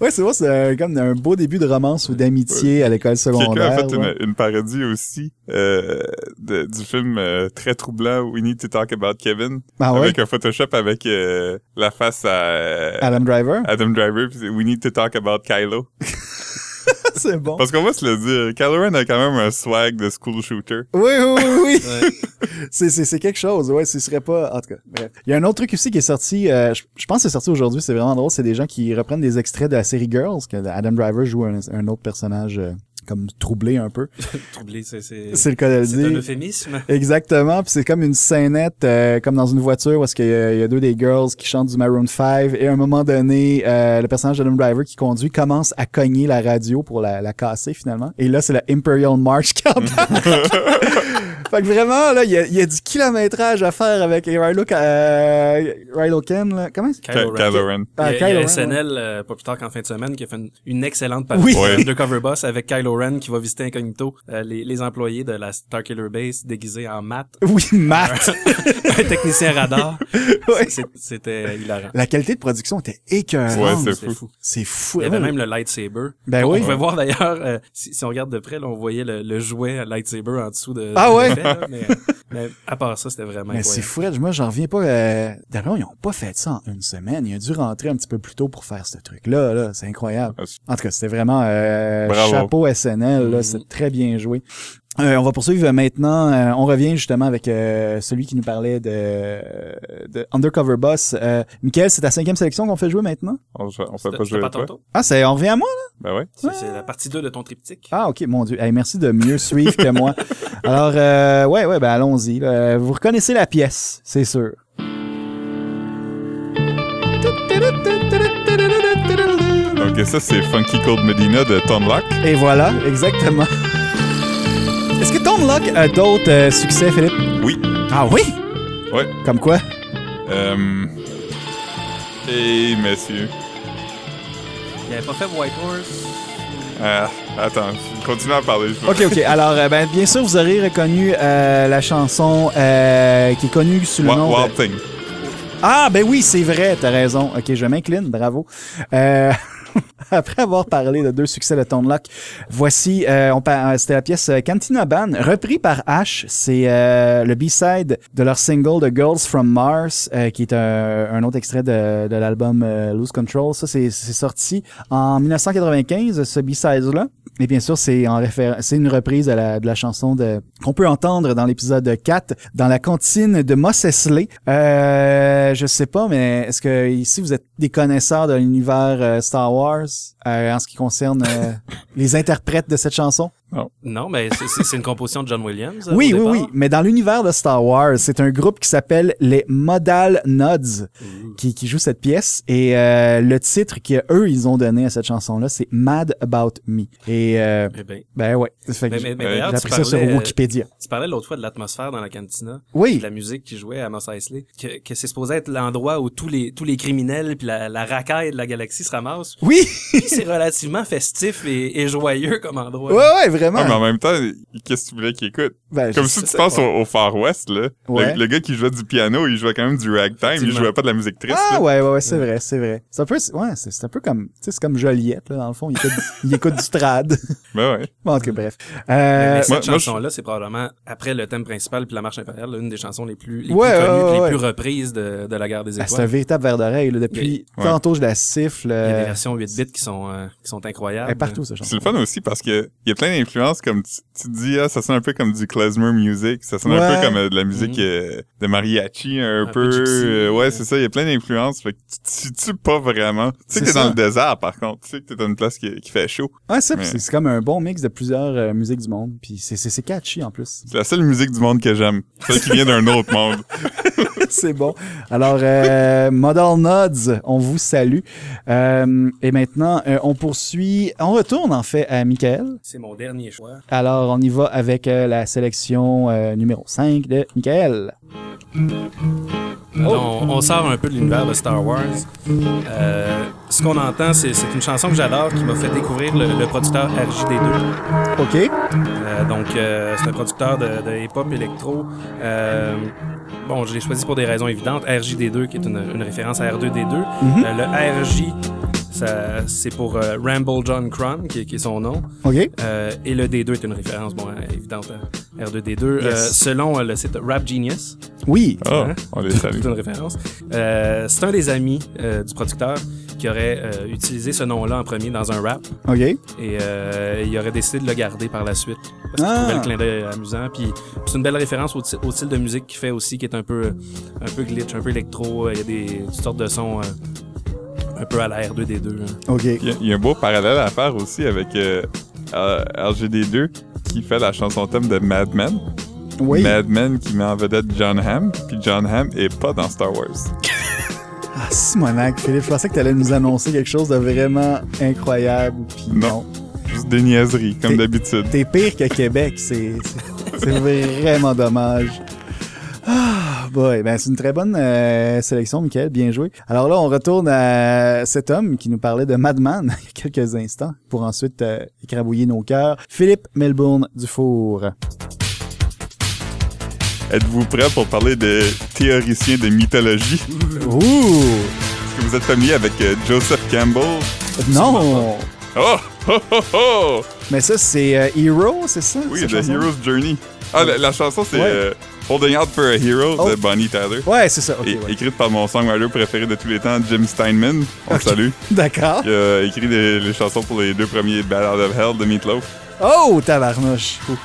Ouais, c'est vrai, c'est euh, comme un beau début de romance ou d'amitié à l'école Quelqu'un secondaire. a fait ben, ouais. une, une parodie aussi euh, de- du film euh, très troublant We Need to Talk About Kevin Ah ouais? avec un Photoshop avec euh, la face à euh, Adam Driver? Ah, Adam Driver puis c'est We Need to Talk About Kylo c'est bon. parce qu'on va se le dire Kylo Ren a quand même un swag de school shooter Oui, oui, oui, oui. [LAUGHS] c'est, c'est, c'est quelque chose. Ouais, ce serait pas. En tout cas, bref. Il y a un autre truc aussi qui est sorti. euh, je, je pense que c'est sorti aujourd'hui. C'est vraiment drôle. C'est des gens qui reprennent des extraits de la série Girls. Que Adam Driver joue un, un autre personnage. euh, comme troublé un peu. Troublé, c'est c'est C'est le cas de le c'est un dire. euphémisme. Exactement, puis c'est comme une scénette, euh, comme dans une voiture, où est-ce qu'il y, a- il y a deux des girls qui chantent du Maroon 5, et à un moment donné, euh, le personnage d'Adam Driver qui conduit commence à cogner la radio pour la, la casser, finalement. Et là, c'est la Imperial March qui embarque. [LAUGHS] fait que vraiment, là, il y a, il y a du kilométrage à faire avec les Rilo, euh, Rilo Ken, là. Comment c'est? Kylo Ren. Kylo Ren. Ah, il y a, il y a Kylo Ren, ouais. SNL, euh, pas plus tard qu'en fin de semaine, qui a fait une, une excellente partie Oui. Ouais. de Cover Boss avec Kylo Ren qui va visiter incognito euh, les, les employés de la Starkiller Base déguisés en maths. [LAUGHS] Oui, [LAUGHS] Matt. un technicien radar. Ouais. C'est- C'était hilarant. La qualité de production était écœurante. Ouais, c'est C'était fou. c'est fou. Il y avait Ouais. même le lightsaber. Ben on oui. pouvait voir d'ailleurs, euh, si, si on regarde de près, là, on voyait le, le jouet lightsaber en dessous de. Ah de ouais? l'effet, là, [LAUGHS] mais, euh, mais à part ça, c'était vraiment Mais Ben, c'est incroyable. fou, Red, moi j'en reviens pas. Euh... D'ailleurs, ils ont pas fait ça en une semaine. Ils ont dû rentrer un petit peu plus tôt pour faire ce truc-là. Là. C'est incroyable. Ah, c'est- En tout cas, c'était vraiment euh, Bravo. chapeau SNL. Là. Mhm. C'est très bien joué. Euh, on va poursuivre maintenant. euh, on revient justement avec euh, celui qui nous parlait de, de Undercover Boss. Euh, Michael, c'est ta cinquième sélection qu'on fait jouer maintenant? On, on fait C'était- pas c'était jouer pas à toi. ton tour? Ah, c'est on revient à moi? Ben ouais. C'est c'est la partie 2 de ton triptyque. Ah, ok, mon Dieu. Hey, merci de mieux suivre que moi. Alors, euh, ouais, ouais, ben allons-y. là. Vous reconnaissez la pièce, c'est sûr. Donc ça, c'est Funky Cold Medina de Tom Locke. Et voilà, exactement. Est-ce que Tom Locke a d'autres euh, succès, Philippe? Oui. Ah oui? Ouais. Comme quoi? Euh... Et monsieur. Il avait pas fait White Horse. Ah, attends, continue à parler. je- OK, OK. Alors, euh, ben, bien sûr, vous aurez reconnu euh, la chanson euh, qui est connue sous le Wa- nom de... Wild Thing. Ah, ben oui, c'est vrai, t'as raison. OK, je m'incline, bravo. Euh, [LAUGHS] Après avoir parlé de deux succès de Tone Lock, voici, euh, on par- euh, c'était la pièce euh, Cantina Band, repris par Ash. C'est euh, le B-side de leur single The Girls from Mars, euh, qui est un, un autre extrait de, de l'album euh, Lose Control. Ça, c'est c'est sorti en 1995, ce B-side-là. Et bien sûr, c'est en réfé- c'est une reprise de la, de la chanson de qu'on peut entendre dans l'épisode 4 dans la cantine de Mos Eisley. Euh, je sais pas, mais est-ce que ici vous êtes des connaisseurs de l'univers euh, Star Wars euh, en ce qui concerne [LAUGHS] euh, les interprètes de cette chanson Non, mais c'est- c'est c'est une composition de John Williams. euh, Oui, au oui, départ. oui. Mais dans l'univers de Star Wars, c'est un groupe qui s'appelle les Modal Nods qui, qui joue cette pièce et euh, le titre qu'eux ils ont donné à cette chanson là, c'est Mad About Me. Et euh, Eh ben, ben ouais, fait que mais, j- mais, mais Euh, j'ai d'ailleurs, tu appris ça parlais, sur euh, Wikipédia. tu parlais l'autre fois de l'atmosphère dans la cantina. puis Oui. de la musique qui jouait à Mos Eisley, que, que c'est supposé être l'endroit où tous les tous les criminels puis la, la racaille de la galaxie se ramassent. Oui. Puis c'est relativement festif et, et joyeux comme endroit. [LAUGHS] Ouais, ouais, Ah, mais vraiment. en même temps, qu'est-ce que tu voulais qu'il écoute? Ben, Comme je- si tu penses au, au Far West, là. Le- Ouais. Le, gars qui jouait du piano, il jouait quand même du ragtime, il Effectivement. jouait pas de la musique triste. Ah là. ouais, ouais, ouais, c'est vrai, c'est vrai. C'est un peu, ouais, c'est c'est un peu comme, tu sais, c'est comme Joliette, là, dans le fond. Il écoute, [LAUGHS] il écoute du trad. [LAUGHS] Ben ouais. Bon, en tout cas, bref. Mais Euh, cette moi- moi, je- chanson-là, c'est probablement, après le thème principal puis la marche impériale, l'une des chansons les plus, les Ouais, plus connues ouais, puis ouais. les plus reprises de, de la guerre des ah, c'est un étoiles. véritable verre d'oreille, là. Depuis Ouais. tantôt, je la siffle. hein. Il y a des Euh, versions 8 bits qui sont euh, qui sont incroyables. elle est partout, cette C'est chanson. le fun aussi parce que il y a plein d'influences comme tu, tu dis ah ça sonne un peu comme du klezmer music, ça sonne un Ouais. peu comme euh, de la musique Mhm. euh, de mariachi un, Un peu, peu gypsy. euh, ouais, c'est ça, il y a plein d'influences fait que tu te situes pas vraiment. Tu sais que C'est t'es ça. dans le désert par contre, tu sais que t'es dans une place qui, qui fait chaud. Ouais, ça, puis Mais- c'est c'est comme un bon mix de plusieurs euh, musiques du monde. Puis c'est- c'est c'est catchy, en plus. C'est la seule musique du monde que j'aime, celle qui vient d'un autre monde. [LAUGHS] c'est bon. Alors, euh, Model Nods, on vous salue. Euh, et maintenant, euh, on poursuit. On retourne, en fait, à Michael. C'est mon dernier choix. Alors, on y va avec euh, la sélection euh, numéro 5 de Michael. On, on sort un peu de l'univers de Star Wars. Euh, ce qu'on entend, c'est c'est une chanson que j'adore qui m'a fait découvrir le, le producteur RJD2. OK. Euh, donc, euh, c'est un producteur de, de hip-hop électro. Euh, bon, je l'ai choisi pour des raisons évidentes. RJD2, qui est une, une référence à R2D2. Mhm. Euh, le RJ, ça- c'est pour euh, Ramble John Cron, qui, est- qui est son nom. OK. Euh, et le D2 est une référence, bon, euh, évidente à R2D2. Yes. Euh, selon euh, le site Rap Genius, Oui. Oh, Hein? on les salue. toute une référence. Euh, c'est un des amis euh, du producteur qui aurait euh, utilisé ce nom-là en premier dans un rap OK. et euh, il aurait décidé de le garder par la suite parce qu'il Ah. trouvait le clin d'œil amusant puis c'est une belle référence au, ti- au style de musique qu'il fait aussi qui est un peu un peu glitch un peu électro il y a des toutes sortes de sons euh, un peu à la R2D2 hein. OK. Il y a- il y, a un beau parallèle à faire aussi avec euh, euh, RGD2 qui fait la chanson thème de Mad Men. Oui. Mad Men qui met en vedette John Hamm, puis John Hamm est pas dans Star Wars. Ah, Simonac, Philippe, je pensais que t'allais nous annoncer quelque chose de vraiment incroyable. Puis Non. Juste des niaiseries, comme T'es- d'habitude. T'es pire que Québec, c'est c'est- c'est vraiment dommage. Ah, boy, ben c'est une très bonne euh, sélection, Michael, bien joué. Alors là, on retourne à cet homme qui nous parlait de Madman [LAUGHS] il y a quelques instants, pour ensuite euh, écrabouiller nos cœurs. Philippe Melbourne Dufour. Êtes-vous prêt pour parler de théoriciens de [LAUGHS] mythologie? Ouh, Est-ce que vous êtes familier avec euh, Joseph Campbell? non, Oh! Oh! Oh! oh! mais ça c'est euh, Hero, c'est ça Oui, ben, cette The chanson? Hero's Journey. Ah, la, la chanson, c'est Ouais. euh, Holding Out for a Hero Oh. de Bonnie Tyler. Ouais, c'est ça. Ok, É- ouais. Écrite par mon songwriter préféré de tous les temps, Jim Steinman. On le Ok. salue. D'accord. Qui a écrit des- les chansons pour les deux premiers Ballad of Hell de Meatloaf. Oh, tabarnouche Ouh.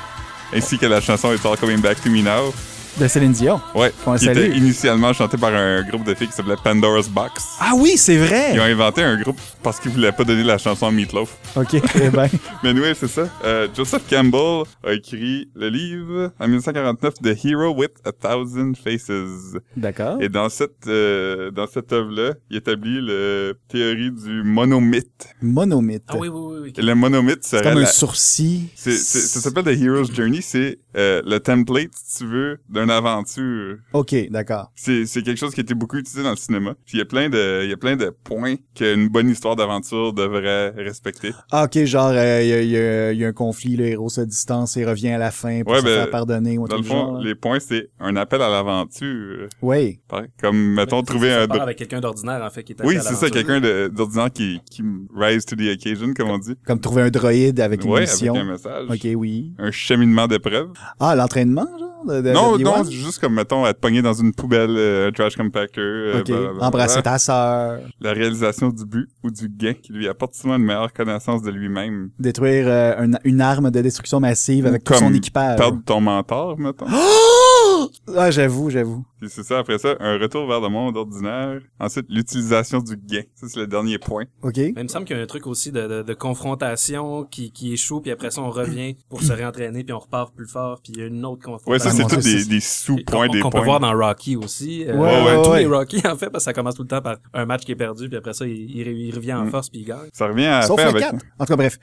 Ainsi que la chanson It's All Coming Back to Me Now. de Céline Dion. Ouais. On le qui salue. était initialement chantée par un groupe de filles qui s'appelait Pandora's Box. Ah oui, c'est vrai. Ils ont inventé un groupe parce qu'ils voulaient pas donner la chanson à Meatloaf. Ok, [LAUGHS] eh ben, très bien. Mais oui, c'est ça. Euh, Joseph Campbell a écrit le livre en 1949 The Hero with a Thousand Faces. D'accord. Et dans cette euh, dans cette œuvre-là, il établit la théorie du monomythe. Monomythe. Ah oui, oui, oui. oui. Et le monomythe serait C'est comme un Euh, la- sourcil. c'est- c'est- ça s'appelle The Hero's Journey, c'est euh, le template, si tu veux, d'une aventure. Ok, d'accord. C'est c'est quelque chose qui a été beaucoup utilisé dans le cinéma. Puis il y a plein de il y a plein de points qu'une bonne histoire d'aventure devrait respecter. Ah, ok, genre, il y, a- y a- y a un conflit, le héros se distance et revient à la fin pour Ouais, se ben, faire pardonner ou un Dans le truc du genre. fond, là. les points c'est un appel à l'aventure. Ouais. Pareil. Comme mettons Ça, trouver ça un part dr- avec quelqu'un d'ordinaire, en fait, qui est Oui, assis à c'est ça, l'aventure. quelqu'un de- d'ordinaire qui qui rise to the occasion comme on dit. Comme trouver un droïde avec une Ouais, avec mission. un message. Ok, oui. Un cheminement d'épreuves. Ah, l'entraînement, genre? De, de- Non, de non, Obi-Wan? juste comme, mettons, être pogné dans une poubelle, euh, un trash compactor. euh, Ok. blablabla. Embrasser ta sœur. La réalisation du but ou du gain qui lui apporte souvent une meilleure connaissance de lui-même. Détruire euh, un- une arme de destruction massive avec tout Comme son équipage. Perdre ton mentor, mettons. [GASPS] Ah, j'avoue, j'avoue. Puis c'est ça, après ça, un retour vers le monde ordinaire. Ensuite, l'utilisation du gain. Ça, c'est le dernier point. Ok. Mais il me semble qu'il y a un truc aussi de, de, de confrontation qui, qui échoue, puis après ça, on revient pour se réentraîner, puis on repart plus fort, puis il y a une autre confrontation. Ouais, ça, Ah, c'est mon tout Dieu, des, c'est- des qu'on sous-points, des qu'on peut points. voir dans Rocky aussi. Euh, Ouais, ouais, tous ouais. les Rocky, en fait, parce que ça commence tout le temps par un match qui est perdu, puis après ça, il, il, il revient en Mm. force, puis il gagne. Ça revient à Sauf faire le avec... 4. En tout cas, bref.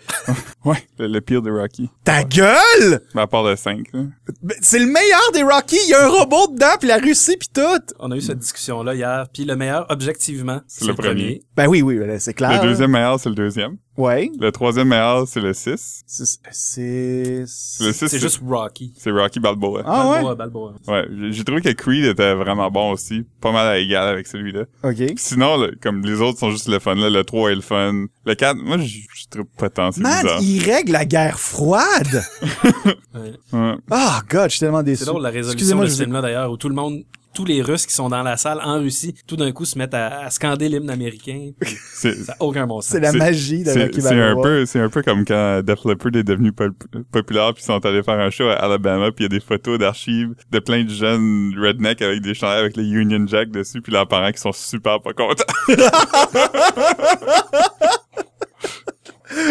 Ouais, le, le pire de Rocky. Ta gueule! Mais à part le 5, là. Ben, C'est le meilleur des Rocky. Il y a un robot dedans, puis la Russie, puis tout. On a eu cette discussion-là hier, puis le meilleur, objectivement, c'est le le premier. Ben oui, oui, ben, c'est clair. Le deuxième meilleur, c'est le deuxième. Ouais. Le troisième meilleur, c'est le 6. C'est- C'est... Le c'est- 6, C'est juste Rocky. c'est Rocky Balboa. Ah ouais? Balboa, Balboa. Ouais, j'ai- j'ai trouvé que Creed était vraiment bon aussi. Pas mal à égal avec celui-là. OK. Puis Sinon, le- comme les autres sont juste le fun, là, le 3 est le fun. Le 4, moi, je je trouve pas tant, c'est Man, bizarre. il règle la guerre froide. [LAUGHS] Ouais. Ouais. Oh God, je suis tellement déçu. C'est drôle, la résolution Excusez-moi, de je ce vous ai- film-là, d'ailleurs, où tout le monde, tous les Russes qui sont dans la salle en Russie, tout d'un coup se mettent à, à scander l'hymne américain. puis C'est, ça n'a aucun bon sens. C'est la C'est- magie de c'est, Rocky c'est un Balboa. peu, c'est un peu comme quand Def Leppard est devenu pop- populaire puis ils sont allés faire un show à Alabama puis il y a des photos d'archives de plein de jeunes rednecks avec des chandails avec les Union Jack dessus puis leurs parents qui sont super pas contents. [LAUGHS]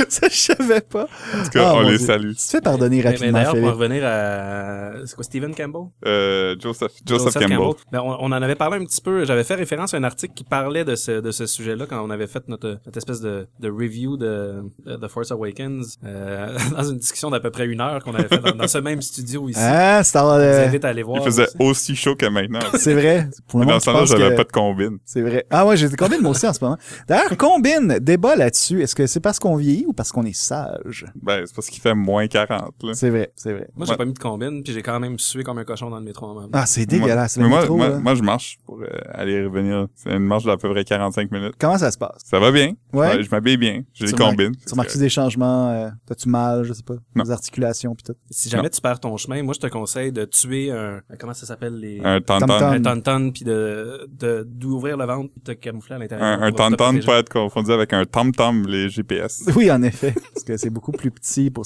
Ça, [LAUGHS] je savais pas. En tout cas, Ah, on mon les Dieu. salue. Tu te fais pardonner Mais, mais rapidement, d'ailleurs, pour Philippe. revenir à... C'est quoi, Stephen Campbell? Euh, Joseph, Joseph, Campbell. Ben, on, on en avait parlé un petit peu. J'avais fait référence à un article qui parlait de ce, de ce sujet-là quand on avait fait notre, notre espèce de, de review de, de The Force Awakens euh, [LAUGHS] dans une discussion d'à peu près une heure qu'on avait fait dans, dans ce même studio ici. Ah, Star... Je vous euh, invite à aller voir. Il faisait aussi. aussi chaud que [LAUGHS] maintenant. C'est vrai. Pour le Mais dans moment, ce je temps-là, pense j'avais que... pas de combine. C'est vrai. Ah ouais, j'ai des combines moi aussi en ce moment. D'ailleurs, combine, débat là-dessus. Est-ce que c'est parce qu'on vieillit ou parce qu'on est sage? Ben, c'est parce qu'il fait moins 40, là. C'est vrai, c'est vrai. Moi, j'ai Ouais. pas mis de combine, puis j'ai quand même sué comme un cochon dans le métro en même temps. Ah, c'est dégueulasse. Moi, mais le moi, métro, moi, là. moi, je marche pour euh, aller revenir. C'est une marche d'à peu près 45 minutes. Comment ça se passe? Ça va bien. Ouais. je m'habille bien. J'ai les Tu remarques- combines. Tu remarques des changements? euh, T'as-tu mal? Je sais pas. Non. Des articulations pis tout. [LAUGHS] Si jamais Non. tu perds ton chemin, moi, je te conseille de tuer un... Comment ça s'appelle? les Un Tom-tom. tantan. Un tonton, puis de de- d'ouvrir le ventre, puis de te camoufler à l'intérieur. Un, un pour te tantan protéger. peut être confondu avec un tam-tam, les GPS. Oui, en effet. parce que c'est beaucoup plus petit pour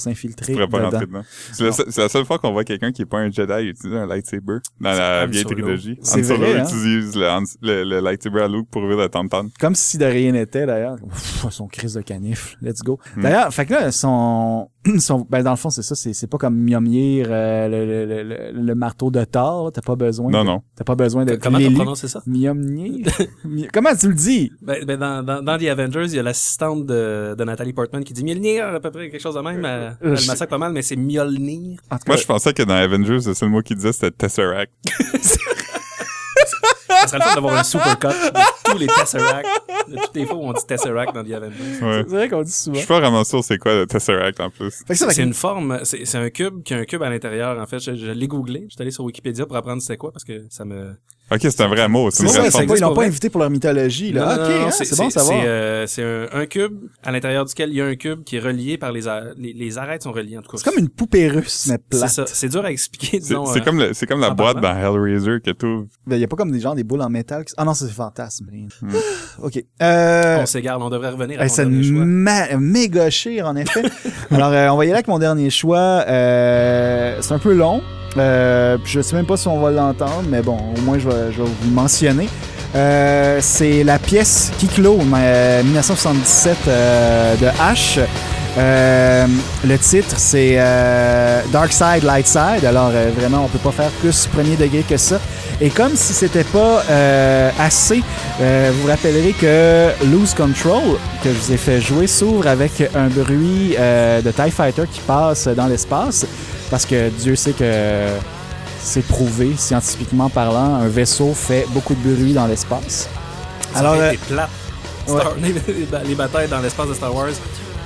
Je s'infiltrer pourrais pas dedans. rentrer dedans. C'est la, seule- c'est la seule fois qu'on voit quelqu'un qui est pas un Jedi utiliser un lightsaber dans la Han vieille Solo. trilogie. C'est Han Solo vrai, hein? utilise le, Han- le- le lightsaber à Luke pour ouvrir le tam-tam. Hmm. Comme si de rien n'était, d'ailleurs. Ouf, Son [CLEARS THROAT] crise de canif. Let's go. D'ailleurs, fait que là, son... sont- ben, dans le fond, c'est ça. C'est c'est pas comme Mjolnir, euh, le, le- le, le, le marteau de Thor. là, T'as pas besoin. Non, de- non. T'as pas besoin d'être Comment tu l'élu. prononces ça? [LAUGHS] Mjolnir? Mi- Comment tu le dis? Ben, ben, dans, dans, dans The Avengers, il y a l'assistante de, de Nathalie Portman qui dit Mjolnir, à peu près quelque chose de même. Elle, elle le massacre pas mal, mais c'est Mjolnir. En tout cas, Moi, je pensais que dans Avengers, le seul mot qu'il disait, c'était [LAUGHS] Tesseract. [LAUGHS] Ça serait le fun d'avoir un supercut de tous les Tesseract. De toutes les fois où on dit Tesseract dans The Avengers. Ouais. c'est vrai qu'on dit Je souvent. suis pas vraiment sûr c'est quoi le Tesseract en plus. Fait que ça, fait C'est que- une forme, c'est c'est un cube qui a un cube à l'intérieur. En fait, je, je l'ai googlé. J'étais allé sur Wikipédia pour apprendre c'est quoi parce que ça me. Ok, c'est un vrai mot, c'est une C'est ça, vraie vrai, forme. ils sont pas- ça ils existe l'ont pour pas vrai. invité pour leur mythologie. Là. Non, non, ok, non, non, hein, c'est bon à savoir. C'est euh, c'est un, un cube à l'intérieur duquel il y a un cube qui est relié par les a- les, les arêtes sont reliées en tout cas. C'est comme une poupée russe, mais C'est plate. ça. C'est dur à expliquer. C'est Disons. c'est euh, comme, le- c'est comme la en boîte dans parlant. Hellraiser que tout. Ben, Il y a pas comme des gens, des boules en métal. qui- Ah non, c'est fantasme. [GASPS] OK. Euh, On s'égare. On devrait revenir. à Eh, ton c'est dernier choix. une ma- méga chire, en effet. Alors, euh, on va y aller avec mon dernier choix. Euh, c'est un peu long. Euh, puis je sais même pas si on va l'entendre, mais bon, au moins, je vais, je vais vous le mentionner. Euh, c'est la pièce qui clôt euh, 1977 euh, de H. Euh, le titre, c'est euh, Dark Side, Light Side. Alors, euh, vraiment, on peut pas faire plus premier degré que ça. Et comme si c'était pas euh, assez, euh, vous vous rappellerez que Lose Control, que je vous ai fait jouer, s'ouvre avec un bruit euh, de TIE Fighter qui passe dans l'espace. Parce que Dieu sait que c'est prouvé, scientifiquement parlant, un vaisseau fait beaucoup de bruit dans l'espace. Ça Alors, fait euh, des plates. Star- [LAUGHS] les, ba- les batailles dans l'espace de Star Wars.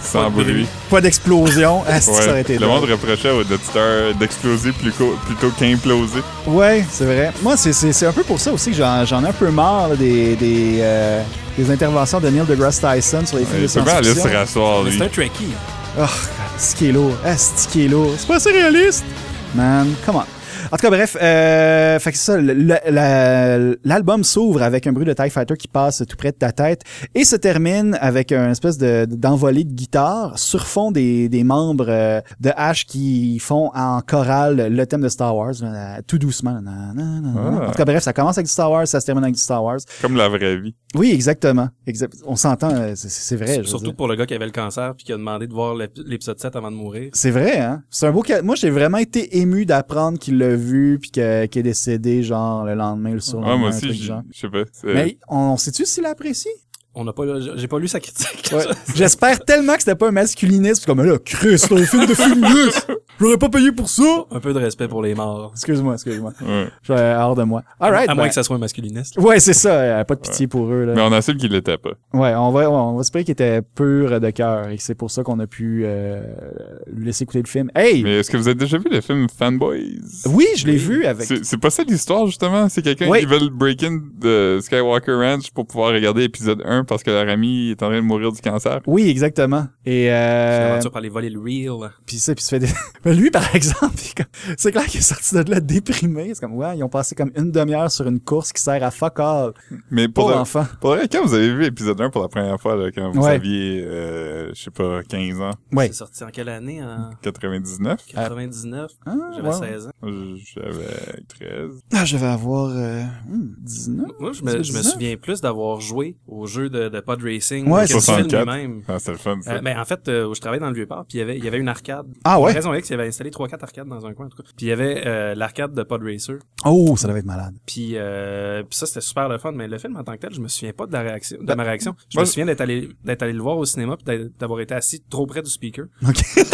Sans Pas de bruit. bruit. euh, pas d'explosion. [LAUGHS] Ah, si, [LAUGHS] ça aurait Ouais. été Le drôle. monde reprochait aux auditeurs d'exploser plus co- plutôt qu'imploser. Ouais, c'est vrai. Moi, c'est- c'est c'est un peu pour ça aussi que j'en j'en ai un peu marre là, des, des, euh, des interventions de Neil deGrasse Tyson sur les films de Il peut bien aller se science-fiction. rasseoir, Mais lui. c'est un Trekkie. Oh, ce qui est lourd. Ah, ce qui est lourd. C'est pas assez réaliste. Man, come on. En tout cas, bref, euh, fait que c'est ça, le- le- la- l'album s'ouvre avec un bruit de TIE Fighter qui passe tout près de ta tête et se termine avec un espèce de- d'envolée de, guitare sur fond des, des membres euh, de Ash qui font en chorale le thème de Star Wars, là, tout doucement. Na, na, na, na. Ah. En tout cas, bref, ça commence avec du Star Wars, ça se termine avec du Star Wars. Comme la vraie vie. Oui, exactement. Exact- on s'entend, euh, c'est- c'est c'est vrai. je veux Surtout dire. pour le gars qui avait le cancer puis qui a demandé de voir l'ép- l'épisode 7 avant de mourir. C'est vrai, hein? C'est un beau cadeau. Moi, j'ai vraiment été ému d'apprendre qu'il l'a vu puis que- qu'il est décédé, genre, le lendemain ou le surlendemain. Ouais, Ah, moi un aussi, truc j'y- genre. je sais pas. c'est- Mais on, on sait-tu s'il [LAUGHS] apprécie? On n'a pas, j'ai pas lu sa critique. J'espère tellement que c'était pas un masculiniste. Comme, là, Chris, c'est un film de féministe! [LAUGHS] J'aurais pas payé pour ça! [LAUGHS] Un peu de respect pour les morts. Excuse-moi, excuse-moi. Ouais. Je suis hors de moi. Alright. à moins que ça soit un masculiniste. Ouais, c'est ça. ben. euh, pas de pitié pour eux, là. Mais on assume qu'il l'était pas. Ouais, on va, on va espérer qu'il était pur de cœur et que c'est pour ça qu'on a pu, euh, lui laisser écouter le film. Hey! Mais est-ce que vous avez déjà vu le film Fanboys? Oui, je l'ai vu avec. C'est c'est pas ça l'histoire, justement. C'est quelqu'un Oui. qui veut le break-in de Skywalker Ranch pour pouvoir regarder épisode 1 parce que leur ami est en train de mourir du cancer. Oui, exactement. Et, C'est euh... l'aventure par les voler le reel. puis ça, puis se fait des... [LAUGHS] Mais lui, par exemple, il est comme- c'est clair qu'il est sorti de là déprimé. C'est comme, ouais, ils ont passé comme une demi-heure sur une course qui sert à fuck all Mais pour, pour la- l'enfant. pour vrai, quand vous avez vu épisode 1 pour la première fois, là, quand vous Ouais. aviez, euh, je sais pas, 15 ans, Ouais. C'est sorti en quelle année? En 99, 99? Euh, Ah, J'avais ouais. 16 ans. j'avais 13. Ah, je vais avoir euh, hmm, 19. Moi, je me, je me 19? souviens plus d'avoir joué au jeu de, de Pod Racing. Ouais, que le film 64. lui-même. Ah, c'est le fun, ça. Euh, ben, en fait, euh, où je travaillais dans le Vieux-Port, puis il y avait- il y avait une arcade. Ah La ouais? raison est qu'il y avait installé 3-4 arcades dans un coin, en tout cas. Puis il y avait euh, l'arcade de Pod Racer. Oh, ça devait être malade. Puis, euh, puis ça, c'était super le fun. Mais le film en tant que tel, je me souviens pas de, la réaction, Ben, de ma réaction. Je moi, me souviens d'être allé, d'être allé le voir au cinéma puis d'a- d'avoir été assis trop près du speaker. OK. [LAUGHS]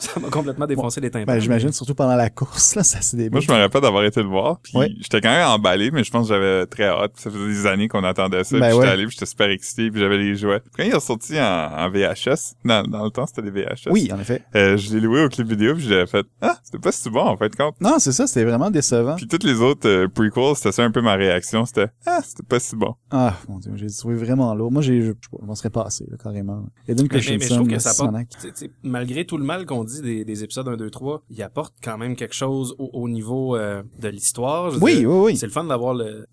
ça m'a complètement défoncé les tympans. Ben, j'imagine, surtout pendant la course, là, ça, c'est des Moi, je me rappelle d'avoir été le voir, puis Ouais. j'étais quand même emballé, mais je pense que j'avais très hâte. puis Ça faisait des années qu'on attendait ça, Ben puis j'étais ouais. allé, puis j'étais super excité, puis j'avais les jouets. Quand ils sont sortis en, en VHS, dans, dans le temps, c'était des VHS. Oui, en effet. Euh, je l'ai loué au clip vidéo, puis j'avais fait « Ah, c'était pas si bon, en fait, compte. Non, c'est ça, c'était vraiment décevant. » Puis toutes les autres euh, prequels, c'était ça un peu ma réaction, c'était « Ah, c'était pas si bon. Ah, mon Dieu, j'ai trouvé vraiment lourd. Moi, j'ai, je, je m'en serais passé, là, carrément. Et d'une Mais, mais- mais je trouve que ça ça apporte, tu sais- tu sais, malgré tout le mal qu'on dit des, des épisodes 1, 2, 3, il apporte quand même quelque chose au, au niveau euh, de l'histoire. Je veux Oui, oui, dire, oui. C'est le fun d'avoir le,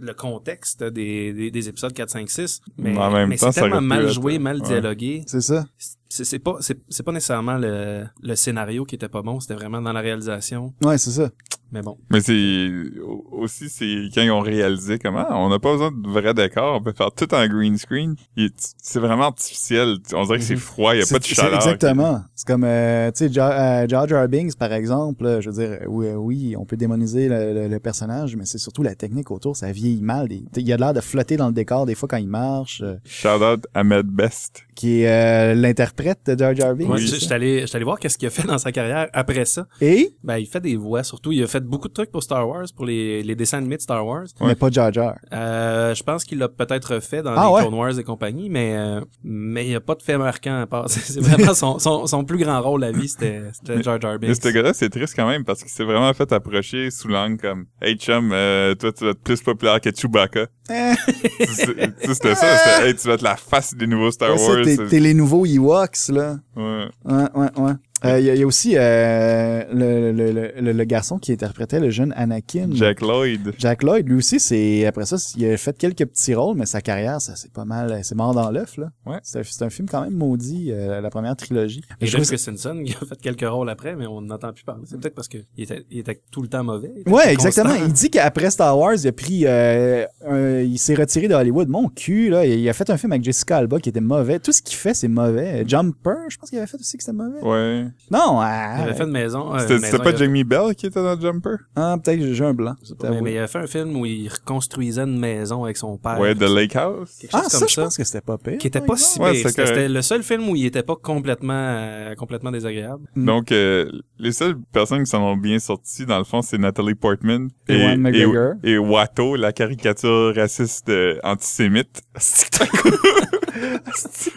le contexte des, des, des épisodes 4, 5, 6, mais, En même mais temps, ça c'est tellement aurait pu mal être- joué, mal ouais. dialogué. C'est ça. C'est c'est pas, c'est c'est pas nécessairement le, le scénario qui était pas bon, c'était vraiment dans la réalisation. Ouais, c'est ça. Mais bon. Mais c'est au- aussi c'est quand ils ont réalisé comment on n'a pas besoin de vrai décor, on peut faire tout en green screen. Il est- C'est vraiment artificiel. On dirait que c'est froid, il n'y a C'est- pas de Mhm. c'est chaleur. Exactement. C'est comme, euh, tu sais, Jar- euh, Jar Jar Binks, par exemple, là, je veux dire, oui, euh, oui on peut démoniser le, le- le personnage, mais c'est surtout la technique autour, ça vieillit mal. Des- Il y a l'air de flotter dans le décor des fois quand il marche, euh, Shout out Ahmed Best. qui est euh, l'interprète de Jar Jar Binks. Moi, Oui. je c'est je suis ça? allé, je suis allé voir qu'est-ce qu'il a fait dans sa carrière après ça. Et, Ben, il fait des voix, surtout. Il a fait beaucoup de trucs pour Star Wars, pour les, les dessins animés de Star Wars. mais pas Jar Jar. Euh, je pense qu'il l'a peut-être fait dans Ah les ouais? Clone Wars et compagnie, mais euh, mais il n'y a pas de fait marquant à part. [LAUGHS] C'est vraiment son, son, son plus grand rôle à vie, c'était c'était Jar Jar Mais Binks. ce gars-là, c'est triste quand même parce qu'il s'est vraiment fait approcher sous l'angle comme Hey chum, euh, toi tu vas être plus populaire que Chewbacca. [LAUGHS] Eh. Tu sais, tu sais, c'était ça, c'était Hey, tu vas être la face des nouveaux Star Ouais, ça, Wars. t'es- Ah C'est- T'es les nouveaux Ewoks, là. ouais. Ouais, ouais, ouais. Il y, a- y a aussi euh, le, le, le, le- le garçon qui interprétait le jeune Anakin. Jack Lloyd. Jack Lloyd, lui aussi, c'est après ça, il a fait quelques petits rôles, mais sa carrière, ça c'est pas mal, c'est mort dans l'œuf là. Ouais. C'est un, c'est un film quand même maudit, euh, la première trilogie. Et Je trouve James Christensen, [LAUGHS] il a fait quelques rôles après, mais on n'entend plus parler. C'est peut-être parce qu'il était, il était tout le temps mauvais. ça- il était Ouais, constant. exactement. Il dit qu'après Star Wars, il a pris, euh, un- il s'est retiré de Hollywood. Mon cul là, il a fait un film avec Jessica Alba qui était mauvais. Tout ce qu'il fait, c'est mauvais. Jumper, je pense qu'il avait fait aussi que c'était mauvais. Ouais. Non, Il avait ah, fait une maison. euh, C'était une c'était maison, pas il avait- Jamie Bell qui était dans Jumper? ah, peut-être que j'ai un blanc. mais, mais il a fait un film où il reconstruisait une maison avec son père. Ouais, The Lake House. quelque chose Ah, ça, comme je ça. pense que c'était pas pire. Oh qui était par pas exemple. si Ouais, pire. c'est C'était correct. c'était le seul film où il était pas complètement euh, complètement désagréable. Mm. Donc, euh, les seules personnes qui s'en ont bien sorties, dans le fond, c'est Natalie Portman Et Ewan McGregor. et Watto, la caricature raciste euh, antisémite. [LAUGHS]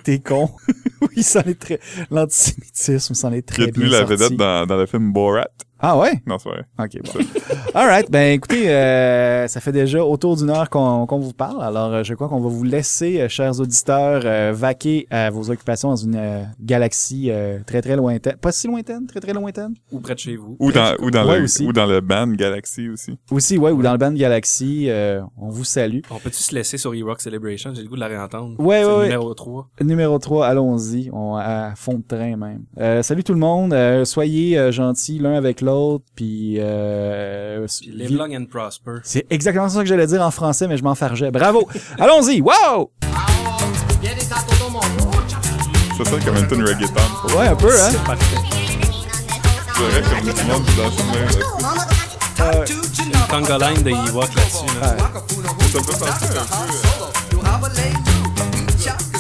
T'es con. [LAUGHS] oui, ça en est très. L'antisémitisme, ça en est qui très a tenu bien la sorti. vedette dans, dans le film Borat. Ah ouais? Non, c'est vrai. OK, [LAUGHS] bon. All right. Ben, écoutez, euh, ça fait déjà autour d'une heure qu'on qu'on vous parle. Alors, euh, je crois qu'on va vous laisser, euh, chers auditeurs, euh, vaquer à vos occupations dans une euh, galaxie euh, très, très lointaine. Pas si lointaine, très, très lointaine. Ou près de chez vous. Ou dans, ou dans Ouais, le, aussi. ou dans le band Galaxy aussi. Aussi, ouais, ou dans le band Galaxy, euh, on vous salue. On peut-tu se laisser sur E-Rock Celebration? J'ai le goût de la réentendre. Ouais, C'est ouais, le ouais. numéro 3. Numéro 3, allons-y, on à fond de train même. Euh, salut tout le monde, euh, soyez euh, gentils l'un avec l'autre, puis... Euh, Puis vi- Live Long and Prosper. C'est exactement ça que j'allais dire en français, mais je m'enfargeais. Bravo! [LAUGHS] allons-y, wow! Ça sonne comme un tune reggaeton. Ouais, un peu, hein? C'est vrai, comme tout le monde dans ce film. Conga Line de Ewok là-dessus. là. Ça peut penser un peu.